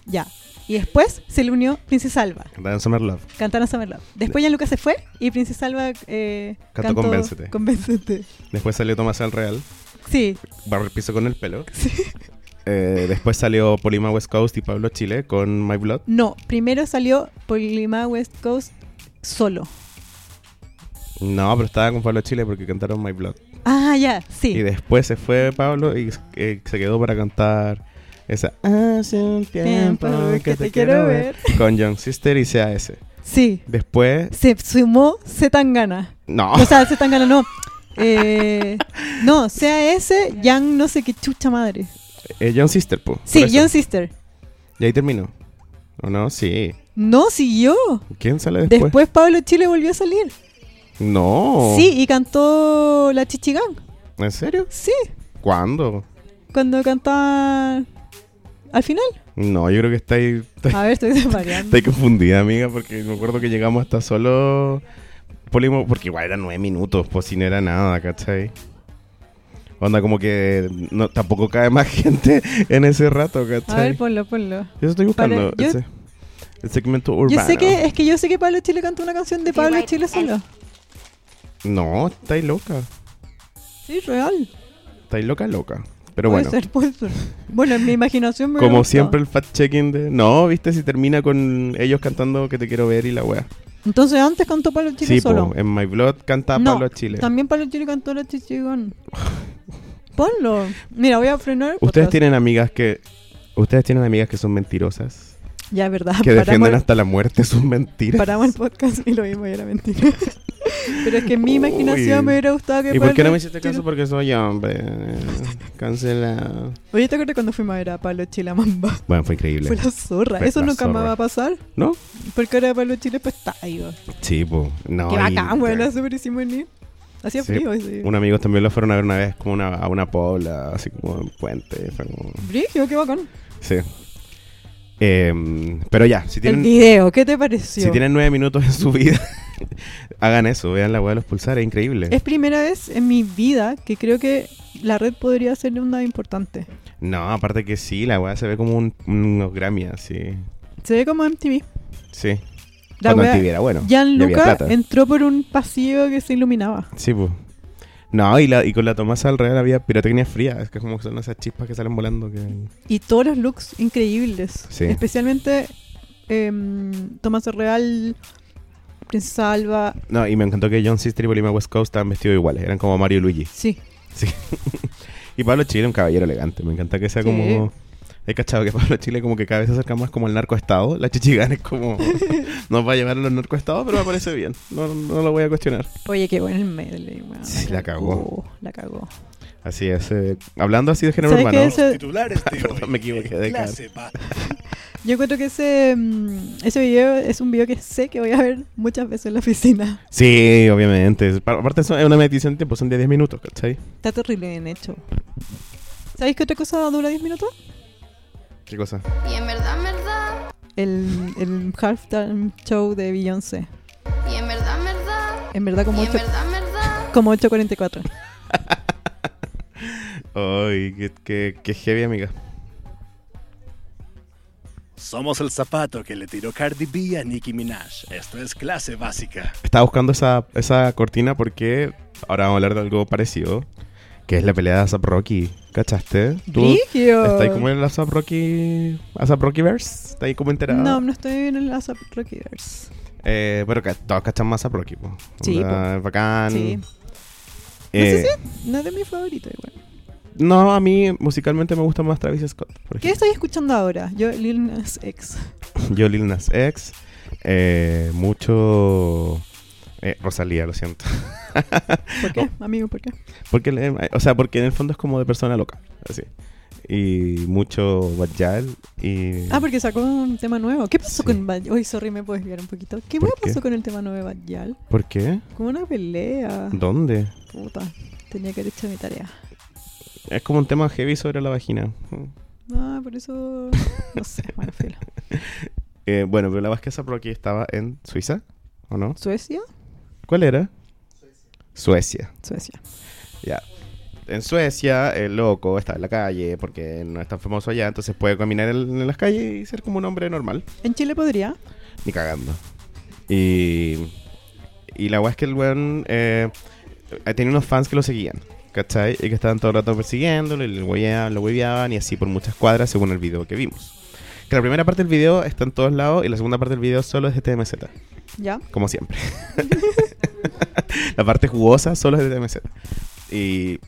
Ya. Y después se le unió Princesa Alba. Cantaba en Summer Love. Cantaron Summer Love. Después Gianluca se fue y Princesa Alba eh, Cantó Convéncete. Convéncete. Después salió Tomasa del Real, Sí, barro el piso con el pelo. sí. Eh, después salió Polima West Coast y Pablo Chile con My Blood. No, primero salió por Lima West Coast solo. No, pero estaba con Pablo Chile porque cantaron My Blood. Ah, ya, sí. Y después se fue Pablo y eh, se quedó para cantar esa Hace un tiempo que te quiero ver con Young Sister y CAS. Sí. Después, Se sumó Zetangana. no, O sea, Zetangana no. Eh, no, CAS, Young no sé qué chucha madre. eh, Young Sister, po, Sí, por eso. Young Sister. Y ahí terminó. ¿O no? Sí. No, siguió. ¿Quién sale Después, después? Oh. Pablo Chile volvió a salir. No. Sí, y cantó La Chichigán. ¿En serio? Sí, ¿Cuándo? cuando cantaba al final. No, yo creo que está ahí. está- A ver, estoy desvariando. Estoy confundida, amiga, porque me acuerdo que llegamos hasta solo Polimo, porque igual eran nueve minutos, pues si no era nada, ¿cachai? Onda, como que no, tampoco cae más gente en ese rato, A ¿cachai? ver, ponlo, ponlo. yo estoy buscando para- yo- ese- el segmento urbano. Yo sé que, es que yo sé que Pablo Chile cantó una canción de Pablo Chile solo. No, estáis loca. Sí, real. Estáis loca, loca. Pero Puede bueno, ser, puede ser. Bueno, en mi imaginación me hubiera como gustado. siempre el fact-checking de... No, viste, si termina con ellos cantando que te quiero ver y la wea. Entonces antes cantó Pablo Chile sí, solo. po, en My Blood canta No, Pablo Chile. También Pablo Chile cantó la chichigón. Ponlo. Mira, voy a frenar. el Ustedes podcast. tienen amigas que... Ustedes tienen amigas que son mentirosas. Ya, es verdad. que defienden paramos, hasta la muerte sus mentiras. paramos el podcast y lo vimos y era mentira. Pero es que en mi imaginación Uy. me hubiera gustado que ¿Y por qué no Pablo me hiciste Chile- caso? Porque soy hombre. Cancelado. Oye, ¿te acuerdas cuando fuimos a ver a Pablo Chile a Mamba? Bueno, fue increíble. Fue la zorra. Fue Eso la nunca más zorra. va a pasar. ¿No? Porque ahora Pablo Chile pues está ahí. va. Sí, po. No, Qué y- bacán, weón. La super hicimos venir. Hacía Sí. frío ese día. Un amigo también lo fueron a ver una vez como una- a una pobla, así como en puente. fue como- Brigio, qué bacán. Sí. Em, pero ya, si el tienen, video, ¿qué te pareció? si tienen nueve minutos en su vida, hagan eso. Vean la hueá de los pulsares, es increíble. Es primera vez en mi vida que creo que la red podría ser una importante. No, aparte que sí, la weá se ve como un, unos Grammy así. Se ve como MTV. Sí. La Cuando wea- MTV era bueno. ya había Gianluca plata. entró por un pasillo que se iluminaba. Sí, pues. No, y, la, y con la Tomasa al real había pirotecnia fría. Es que es como que son esas chispas que salen volando. Que... Y todos los looks increíbles. Sí. Especialmente em, Tomás Real, Princesa Alba. No, y me encantó que John C. Tribal y West Coast estaban vestidos iguales. Eran como Mario y Luigi. Sí. Y Pablo Chile, un caballero elegante. Me encanta que sea como. Sí. He cachado que Pablo Chile, como que cada vez se acerca más como al narcoestado. La chichigana es como. nos va a llevar a los narcoestados, pero me parece bien. No, no lo voy a cuestionar. Oye, qué bueno el medley, weón. Uh, Sí, la cagó. La cagó. Así es. eh, hablando así de género ¿Sabes urbano. qué Los Ese- titulares de Perdón, hoy me equivoqué en de clase básica. Yo encuentro que ese, mm, ese video es un video que sé que voy a ver muchas veces en la oficina. Sí, obviamente. Es- pa- Aparte, son- es una medición de tiempo, son de 10 minutos, ¿cachai? Está terrible bien hecho. ¿Sabéis qué otra cosa dura 10 minutos? ¿Qué cosa? Y en verdad, en verdad. El, el halftime show de Beyoncé. Y en verdad, en verdad. En verdad, como Y en ocho- verdad, en verdad. como 8.44. Ay, qué, qué, qué heavy, amiga. Somos el zapato que le tiró Cardi B a Nicki Minaj. Esto es clase básica. Estaba buscando esa, esa cortina porque ahora vamos a hablar de algo parecido, que es la pelea de Zap Rocky. ¿Cachaste? ¿Tú ¡Brigio! estás ahí como en la Zap Rocky, Zap Rockyverse? ¿Estás ahí como enterada? No, no estoy en el ASAP Rockers. Eh, pero ca- todos cachan más Zap Rocky, po. Sí, Onda, es bacán. Sí. Ah, Eh, no sé si no es de mi favorito igual. no, a mí musicalmente me gusta más Travis Scott. Por ¿Qué ejemplo. estoy escuchando ahora? Yo, Lil Nas X. Yo Lil Nas X, eh, mucho eh, Rosalía, lo siento. ¿Por qué, Oh. amigo? ¿Por qué? Porque, le- o sea, porque en el fondo es como de persona loca, así. Y mucho Bajal y... Ah, porque sacó un tema nuevo. ¿Qué Sí. pasó con Bad Uy, sorry, me puedes guiar un poquito. ¿Qué ¿Por hueá qué? pasó con el tema nuevo de Bad Gyal? ¿Por qué? Como una pelea. ¿Dónde? Puta, tenía que haber hecho mi tarea. Es como un tema heavy sobre la vagina. No, Ah, por eso. No sé, bueno, filo. Eh, bueno, pero la Vasqueza por aquí estaba en Suiza, ¿o no? ¿Suecia? ¿Cuál era? Suecia. Suecia. Ya. En Suecia, el loco está en la calle porque no es tan famoso allá, entonces puede caminar en, en las calles y ser como un hombre normal. ¿En Chile podría? Ni cagando. Y. Y la weá es que el weón. Eh, eh, tenía unos fans que lo seguían, ¿cachai? Y que estaban todo el rato persiguiéndolo y le hueveaban, lo hueveaban y así por muchas cuadras según el video que vimos. Que la primera parte del video está en todos lados y la segunda parte del video solo es de TMZ, ¿Ya? como siempre. la parte jugosa solo es de TMZ. Y.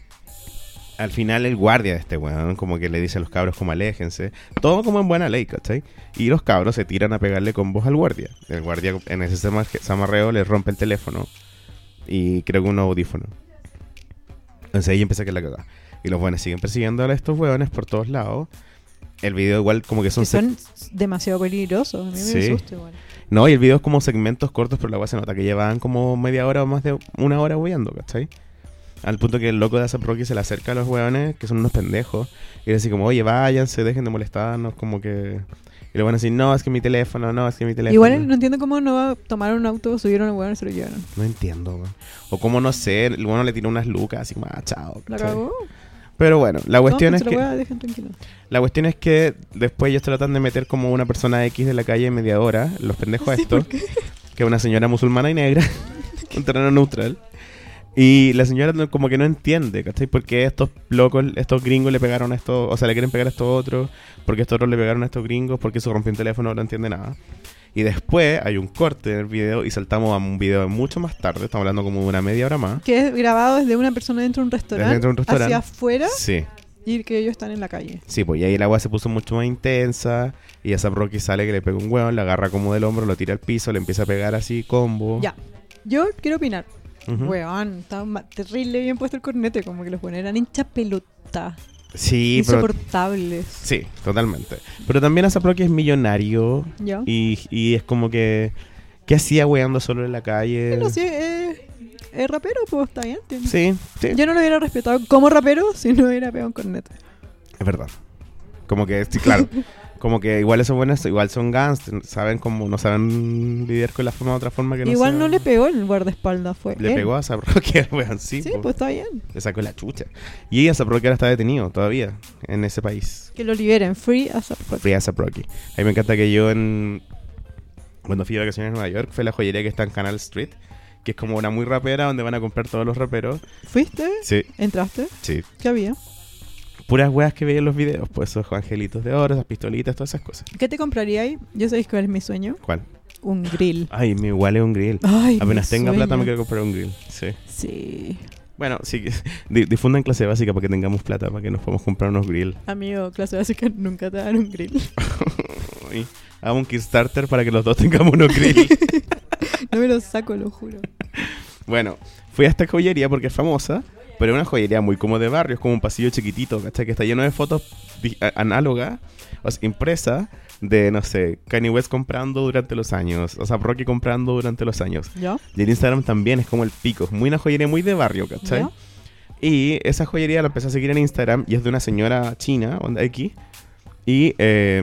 Al final el guardia de este weón como que le dice a los cabros como aléjense. Todo como en buena ley, ¿cachai? Y los cabros se tiran a pegarle con voz al guardia. El guardia en ese sama- zamarreo le rompe el teléfono y creo que un audífono. Entonces ahí empieza que la cagada. Y los buenos siguen persiguiendo a estos hueones por todos lados. El video igual como que son... Que son demasiado peligrosos. A mí me Sí. asusta igual. seg- No, y el video es como segmentos cortos, pero la weá se nota que llevaban como media hora o más de una hora hueando, ¿cachai? Al punto que el loco de Asap Rocky se le acerca a los hueones, que son unos pendejos, y le dice como, oye, váyanse, dejen de molestarnos, como que... Y le van a decir, no, es que mi teléfono, no, es que mi teléfono. Igual no entiendo cómo no va- tomaron un auto, subieron a un hueón y se lo llevaron. No entiendo, weón. O como no sé, el bueno le tiró unas lucas así como, ah, chao. ¿La ¿cachai? cagó? Pero bueno, la cuestión es Tómense la que hueá, dejen tranquilo. la cuestión es que después ellos tratan de meter como una persona X de la calle en media hora, los pendejos estos, que es una señora musulmana y negra, un terreno neutral. Y la señora no- como que no entiende, ¿cachai? Por qué estos locos, estos gringos le pegaron a estos, o sea, le quieren pegar a estos otros, por qué estos otros le pegaron a estos gringos, por qué se rompió un teléfono, no entiende nada. Y después hay un corte en el video y saltamos a un video mucho más tarde, estamos hablando como de una media hora más. Que es grabado desde una persona dentro de un restaurante, Dentro de un restaurante. hacia afuera Sí. y que ellos están en la calle. Sí, pues y ahí el agua se puso mucho más intensa. Y esa Rocky sale que le pega un hueón, la agarra como del hombro, lo tira al piso, le empieza a pegar así, combo. Ya. Yo quiero opinar. Ujú. Weón, estaba ma- terrible bien puesto el cornete, como que los buenos eran hincha pelota. Sí, pero. insoportables. Sí, totalmente. Pero también esa Rocky es millonario. ¿Ya? Y, y es como que. ¿Qué hacía weando solo en la calle? No sé, eh, es rapero, pues está bien. tiene- Sí, sí. Yo no lo hubiera respetado como rapero si no hubiera pegado un cornete. Es verdad. Como que, sí, claro. Como que igual esos buenos, igual son gans, saben como, no saben lidiar con la fama de otra forma que no Igual sea- no le pegó el guardaespaldas, fue. Le él. pegó a Saproquer, weón, sí. Sí, po. pues está bien. Le sacó la chucha. Y a Saproquer está detenido todavía en ese país. Que lo liberen, free as a fuck. Free as a Procky. A mí me encanta que yo en... Cuando fui de vacaciones en Nueva York, fue la joyería que está en Canal Street, que es como una muy rapera donde van a comprar todos los raperos. ¿Fuiste? Sí, ¿Entraste? sí. ¿Qué había? Puras weas que veía en los videos, pues esos angelitos de oro, esas pistolitas, todas esas cosas. ¿Qué te compraría ahí? Yo sabéis cuál es mi sueño. ¿Cuál? Un grill. Ay, me igual es un grill. Ay, Apenas mi tenga plata me sueño. quiero comprar un grill. Sí. Sí. Bueno, sí, que- di- difundan clase básica para que tengamos plata, para que nos podamos comprar unos grill. Amigo, clase básica nunca te dan un grill. Ay, Hago un Kickstarter para que los dos tengamos unos grill. No me lo saco, lo juro. Bueno, fui a esta joyería porque es famosa, pero es una joyería muy como de barrio, es como un pasillo chiquitito, ¿cachai? Que está lleno de fotos di- a- análogas, o sea, impresas de, no sé, Kanye West comprando durante los años, o sea, Rocky comprando durante los años. ¿Ya? Y el Instagram también es como el pico, es muy una joyería muy de barrio, ¿cachai? ¿Ya? Y esa joyería la empecé a seguir en Instagram y es de una señora china, onda X. Y eh,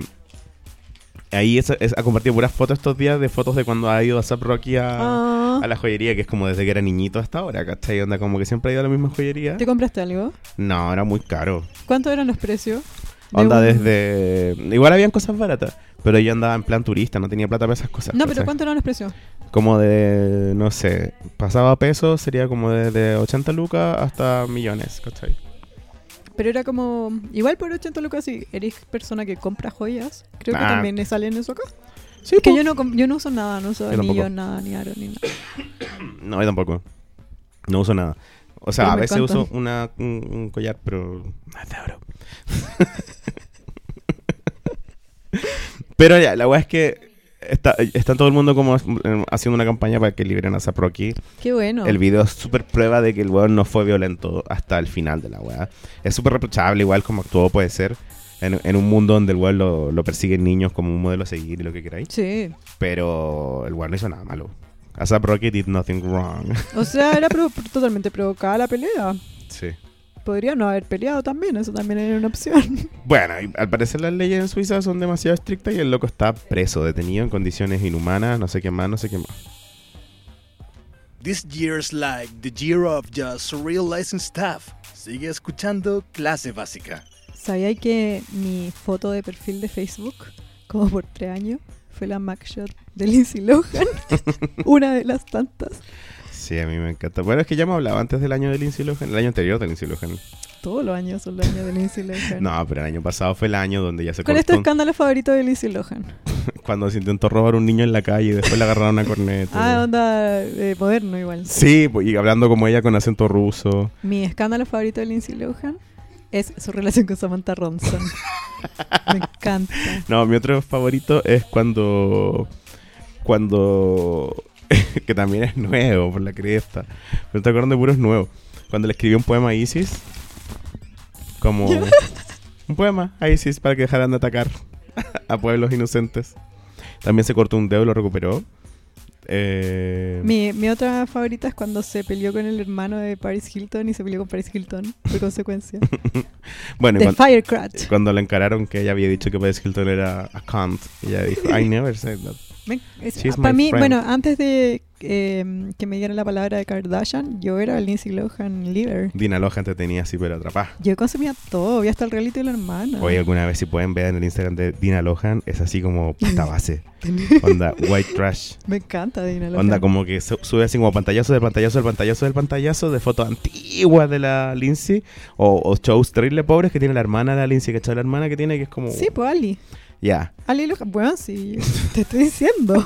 ahí es- es- ha compartido puras fotos estos días de fotos de cuando ha ido a Zap Rocky a, Ah. a la joyería, que es como desde que era niñito hasta ahora, ¿cachai? Onda, como que siempre ha ido a la misma joyería. ¿Te compraste algo? No, era muy caro. ¿Cuánto eran los precios? De Onda un- desde... Igual habían cosas baratas, pero yo andaba en plan turista, no tenía plata para esas cosas. No, pero ¿cachai? ¿cuánto eran los precios? Como de, no sé, pasaba a pesos, sería como desde 80 lucas hasta millones, ¿cachai? Pero era como. Igual por 80 lucas, si eres persona que compra joyas, creo que Ah. también le salen eso acá. Sí, que po. yo no, com- yo no uso nada, no uso Yo tampoco. anillo, nada, ni aro, ni nada. No, yo tampoco. No uso nada. O sea, Pero a me veces encantan. uso una, un, un collar, pero no es de oro. pero ya, la weá es que está, está todo el mundo como eh, haciendo una campaña para que liberen a Saproki. Qué bueno. El video es súper prueba de que el weón no fue violento hasta el final de la weá. Es súper reprochable, igual como actuó, puede ser. En, en un mundo donde el weón lo, lo persiguen niños como un modelo a seguir y lo que queráis. Sí. Pero el weón no hizo nada malo. A Saproki did nothing wrong. O sea, era pro- totalmente provocada la pelea. Sí. Podría no haber peleado también, eso también era una opción. Bueno, y al parecer las leyes en Suiza son demasiado estrictas y el loco está preso, detenido en condiciones inhumanas, no sé qué más, no sé qué más. This year's like the year of just realizing stuff. Sigue escuchando Clase Básica. ¿Sabía que mi foto de perfil de Facebook, como por tres años, fue la Macshot de Lindsay Lohan? una de las tantas. Sí, a mí me encanta. Bueno, es que ya me hablaba antes del año de Lindsay Lohan, el año anterior de Lindsay Lohan. Todos los años son los años de Lindsay Lohan. No, pero el año pasado fue el año donde ya se ¿Cuál es tu cortó escándalo favorito de Lindsay Lohan? cuando se intentó robar un niño en la calle y después le agarraron una corneta. Ah, onda eh, moderno igual. Sí, pues, y hablando como ella con acento ruso. Mi escándalo favorito de Lindsay Lohan es su relación con Samantha Ronson. Me encanta. No, mi otro favorito es cuando. Cuando. que también es nuevo, por la cresta. Pero te acuerdas de puros nuevos. Cuando le escribió un poema a Isis. Como. un poema a Isis para que dejaran de atacar a pueblos inocentes. También se cortó un dedo y lo recuperó. Eh, Mi, mi otra favorita es cuando se peleó con el hermano de Paris Hilton y se peleó con Paris Hilton, por consecuencia. bueno, y The cuando, Firecrat. cuando la encararon que ella había dicho que Paris Hilton era a cunt. Ella dijo, I never said that. Me- es- She's Para my mí, friend. bueno, antes de eh, que me dieran la palabra de Kardashian, yo era Lindsay Lohan Leader. Dina Lohan te tenía así, pero atrapada. Yo consumía todo, vi hasta el reality de la hermana. Oye, alguna vez si pueden ver en el Instagram de Dina Lohan, es así como pasta base. Onda white trash. Me encanta Dina Lohan. Onda como que su- sube así como pantallazo de pantallazo del pantallazo del pantallazo de fotos antiguas de la Lindsay o, o shows terrible pobres que tiene la hermana de la Lindsay, que la hermana que tiene que es como... Sí, pues Ali. Ya. Ali Lohan. Bueno, sí, te estoy diciendo.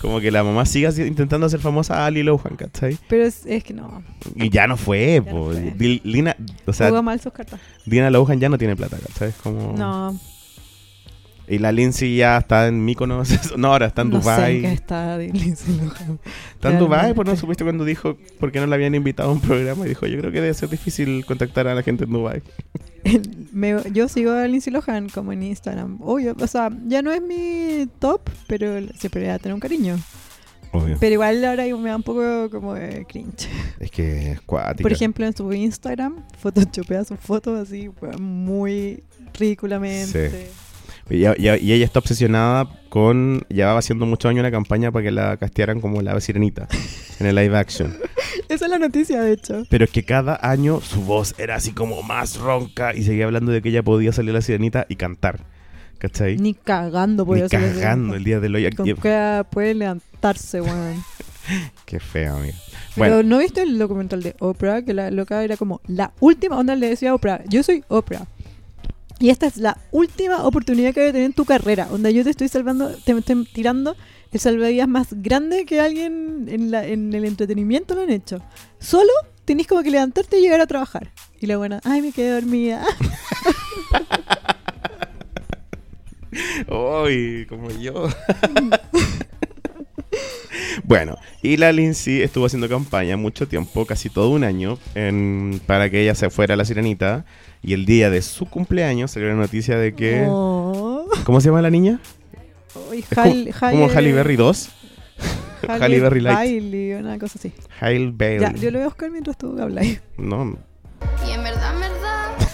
Como que la mamá sigue así intentando hacer famosa a Ali Lohan, ¿cachai? Pero es, es que no. Y ya no fue, Ya po. no fue. Dil- Lina, o sea, Jugó mal sus cartas. Dina Lohan ya no tiene plata, ¿cachai? Es como... No. Y la Lindsay ya está en Mykonos. no, ahora está en no Sé Dubai. en qué está de Lindsay Lohan. Tanto va, Realmente. pues no supiste cuando dijo por qué no la habían invitado a un programa y dijo, yo creo que debe ser difícil contactar a la gente en Dubai. El- me- yo sigo a Lindsay Lohan como en Instagram. Obvio, o sea, ya no es mi top, pero siempre voy a tener un cariño. Obvio. Pero igual ahora me da un poco como de cringe. Es que es cuática. Por ejemplo, en su Instagram, photoshopea sus fotos así, weón, muy ridículamente. Y, y- y ella está obsesionada con. Llevaba haciendo muchos años una campaña para que la castearan como la ave sirenita en el live action. Esa es la noticia, de hecho. Pero es que cada año su voz era así como más ronca y seguía hablando de que ella podía salir a la sirenita y cantar. ¿Cachai? Ni cagando, voy Ni cagando el día del hoy. Con que puede levantarse, weón. Qué feo, amiga. Bueno, Pero ¿no viste el documental de Oprah? Que la loca era como la última onda le decía a Oprah, yo soy Oprah. Y esta es la última oportunidad que voy a tener en tu carrera. Onda, yo te estoy salvando, te estoy tirando el salvavidas más grande que alguien en, la- en el entretenimiento lo han hecho. Solo tenés como que levantarte y llegar a trabajar. Y la buena, ay, me quedé dormida. Hoy, como yo. bueno, y la Lindsay estuvo haciendo campaña mucho tiempo, casi todo un año, en- para que ella se fuera a la sirenita. Y el día de su cumpleaños salió la noticia de que. Oh. ¿Cómo se llama la niña? Ay, Es Hal- como, como Halle- Halle Berry 2. Halle Halle Berry Light. Bailey, una cosa así. Halle Berry. Ya, yo lo voy a buscar mientras tú hablas. No, Y en verdad, en verdad.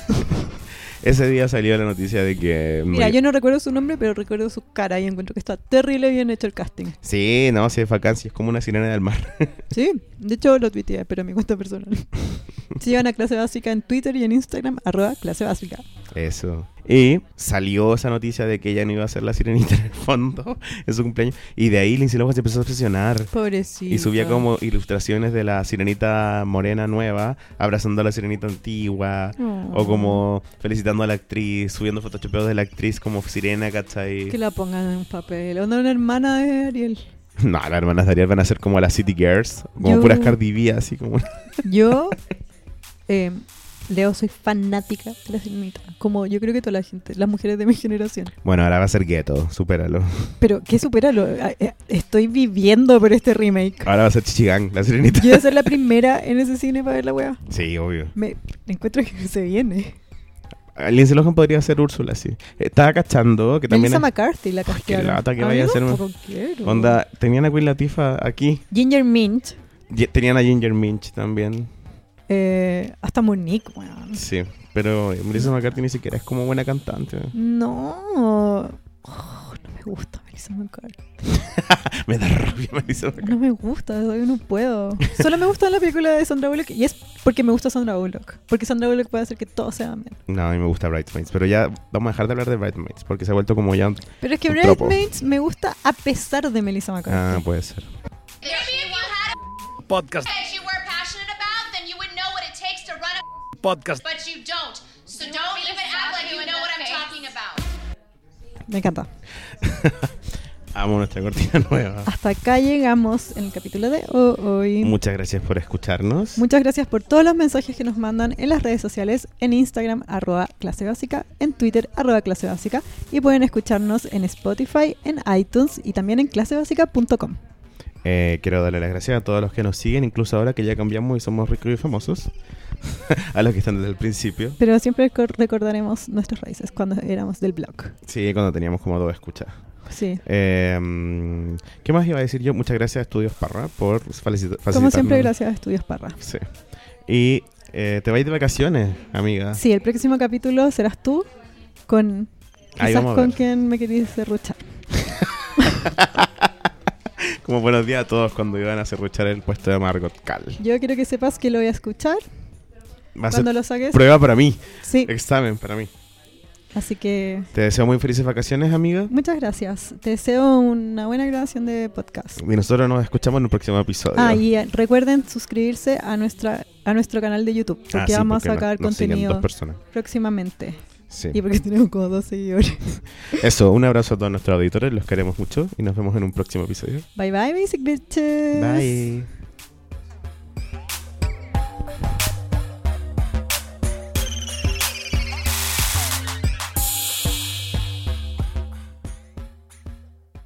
ese día salió la noticia de que. Mira, yo no recuerdo su nombre, pero recuerdo su cara y encuentro que está terrible bien hecho el casting. Sí, no, si es vacancia, es como una sirena del mar. Sí, de hecho lo tuiteé, pero en mi cuenta personal. Si van a clase básica en Twitter y en Instagram, arroba clase básica. Eso. Y salió esa noticia de que ella no iba a ser la sirenita en el fondo en su cumpleaños. Y de ahí Lindsay Lohan se empezó a obsesionar. Pobrecito. Y subía como ilustraciones de la sirenita morena nueva, abrazando a la sirenita antigua. Oh. O como felicitando a la actriz, subiendo photoshopeos de la actriz como sirena, ¿cachai? Que la pongan en un papel. Onda una hermana de Ariel. No, las hermanas de Ariel van a ser como las City Girls, como Yo- puras Cardi B, así como... Yo, eh, Leo, soy fanática de la sirenita. Como yo creo que toda la gente, las mujeres de mi generación. Bueno, ahora va a ser Ghetto, supéralo. Pero, ¿qué supera? Lo, eh, eh, estoy viviendo por este remake. Ahora va a ser Chichigang, la sirenita. Yo voy a ser la primera en ese cine para ver la wea. Sí, obvio. Me encuentro que se viene. Lindsay Lohan podría ser Úrsula, sí. Estaba cachando que también... Melissa McCarthy la castearon. lata que vaya a ser un- tampoco quiero. Onda, tenían a Queen Latifah aquí. Ginger Mint. Ye- Tenían a Ginger Minch también. eh, hasta Monique, weón. Sí. Pero eh, Melissa McCarthy ni siquiera es como buena cantante. No. Oh, no me gusta Melissa McCarthy. Me da rabia Melissa McCarthy. No me gusta, todavía no puedo. Solo me gusta la película de Sandra Bullock y es porque me gusta Sandra Bullock. Porque Sandra Bullock puede hacer que todos se amen. No, a mí me gusta Bridesmaids. Pero ya vamos a dejar de hablar de Bridesmaids porque se ha vuelto como ya... Pero es que Un tropo. Bridesmaids me gusta a pesar de Melissa McCarthy. Ah, puede ser. If you had a Podcast, that you were passionate about, then you would know what it takes to run a podcast. but you don't. So don't even act like you know what I'm talking about. Ah. Me encanta. Amo nuestra cortina nueva. Hasta acá llegamos en el capítulo de hoy. Muchas gracias por escucharnos. Muchas gracias por todos los mensajes que nos mandan en las redes sociales, en Instagram, arroba clase básica, en Twitter, arroba clase básica, y pueden escucharnos en Spotify, en iTunes y también en clasebásica.com. Eh, quiero darle las gracias a todos los que nos siguen, incluso ahora que ya cambiamos y somos ricos y famosos. a los que están desde el principio. Pero siempre co- recordaremos nuestras raíces cuando éramos del blog. Sí, cuando teníamos como dos escuchas. Sí. Eh, mm, ¿Qué más iba a decir yo? Muchas gracias a Estudios Parra por facilita- facilitarnos. Como siempre, gracias a Estudios Parra. Sí. Y eh, te vais de vacaciones, amiga. Sí, el próximo capítulo serás tú con... Ahí Quizás vamos a con ver. quien me querías derruchar. Como buenos días a todos cuando iban a cerruchar el puesto de Margot Cal. Yo quiero que sepas que lo voy a escuchar Va a ser cuando lo saques. prueba para mí, Sí, examen para mí. así que Te deseo muy felices vacaciones, amiga. Muchas gracias. Te deseo una buena grabación de podcast. Y nosotros nos escuchamos en un próximo episodio. Ah, y eh, recuerden suscribirse a nuestra a nuestro canal de YouTube, porque Ah, sí, vamos porque a nos- sacar nos siguen contenido dos personas. próximamente. Sí. Y porque tenemos como dos seguidores. Eso, un abrazo a todos nuestros auditores, los queremos mucho y nos vemos en un próximo episodio. Bye bye, basic bitches. Bye.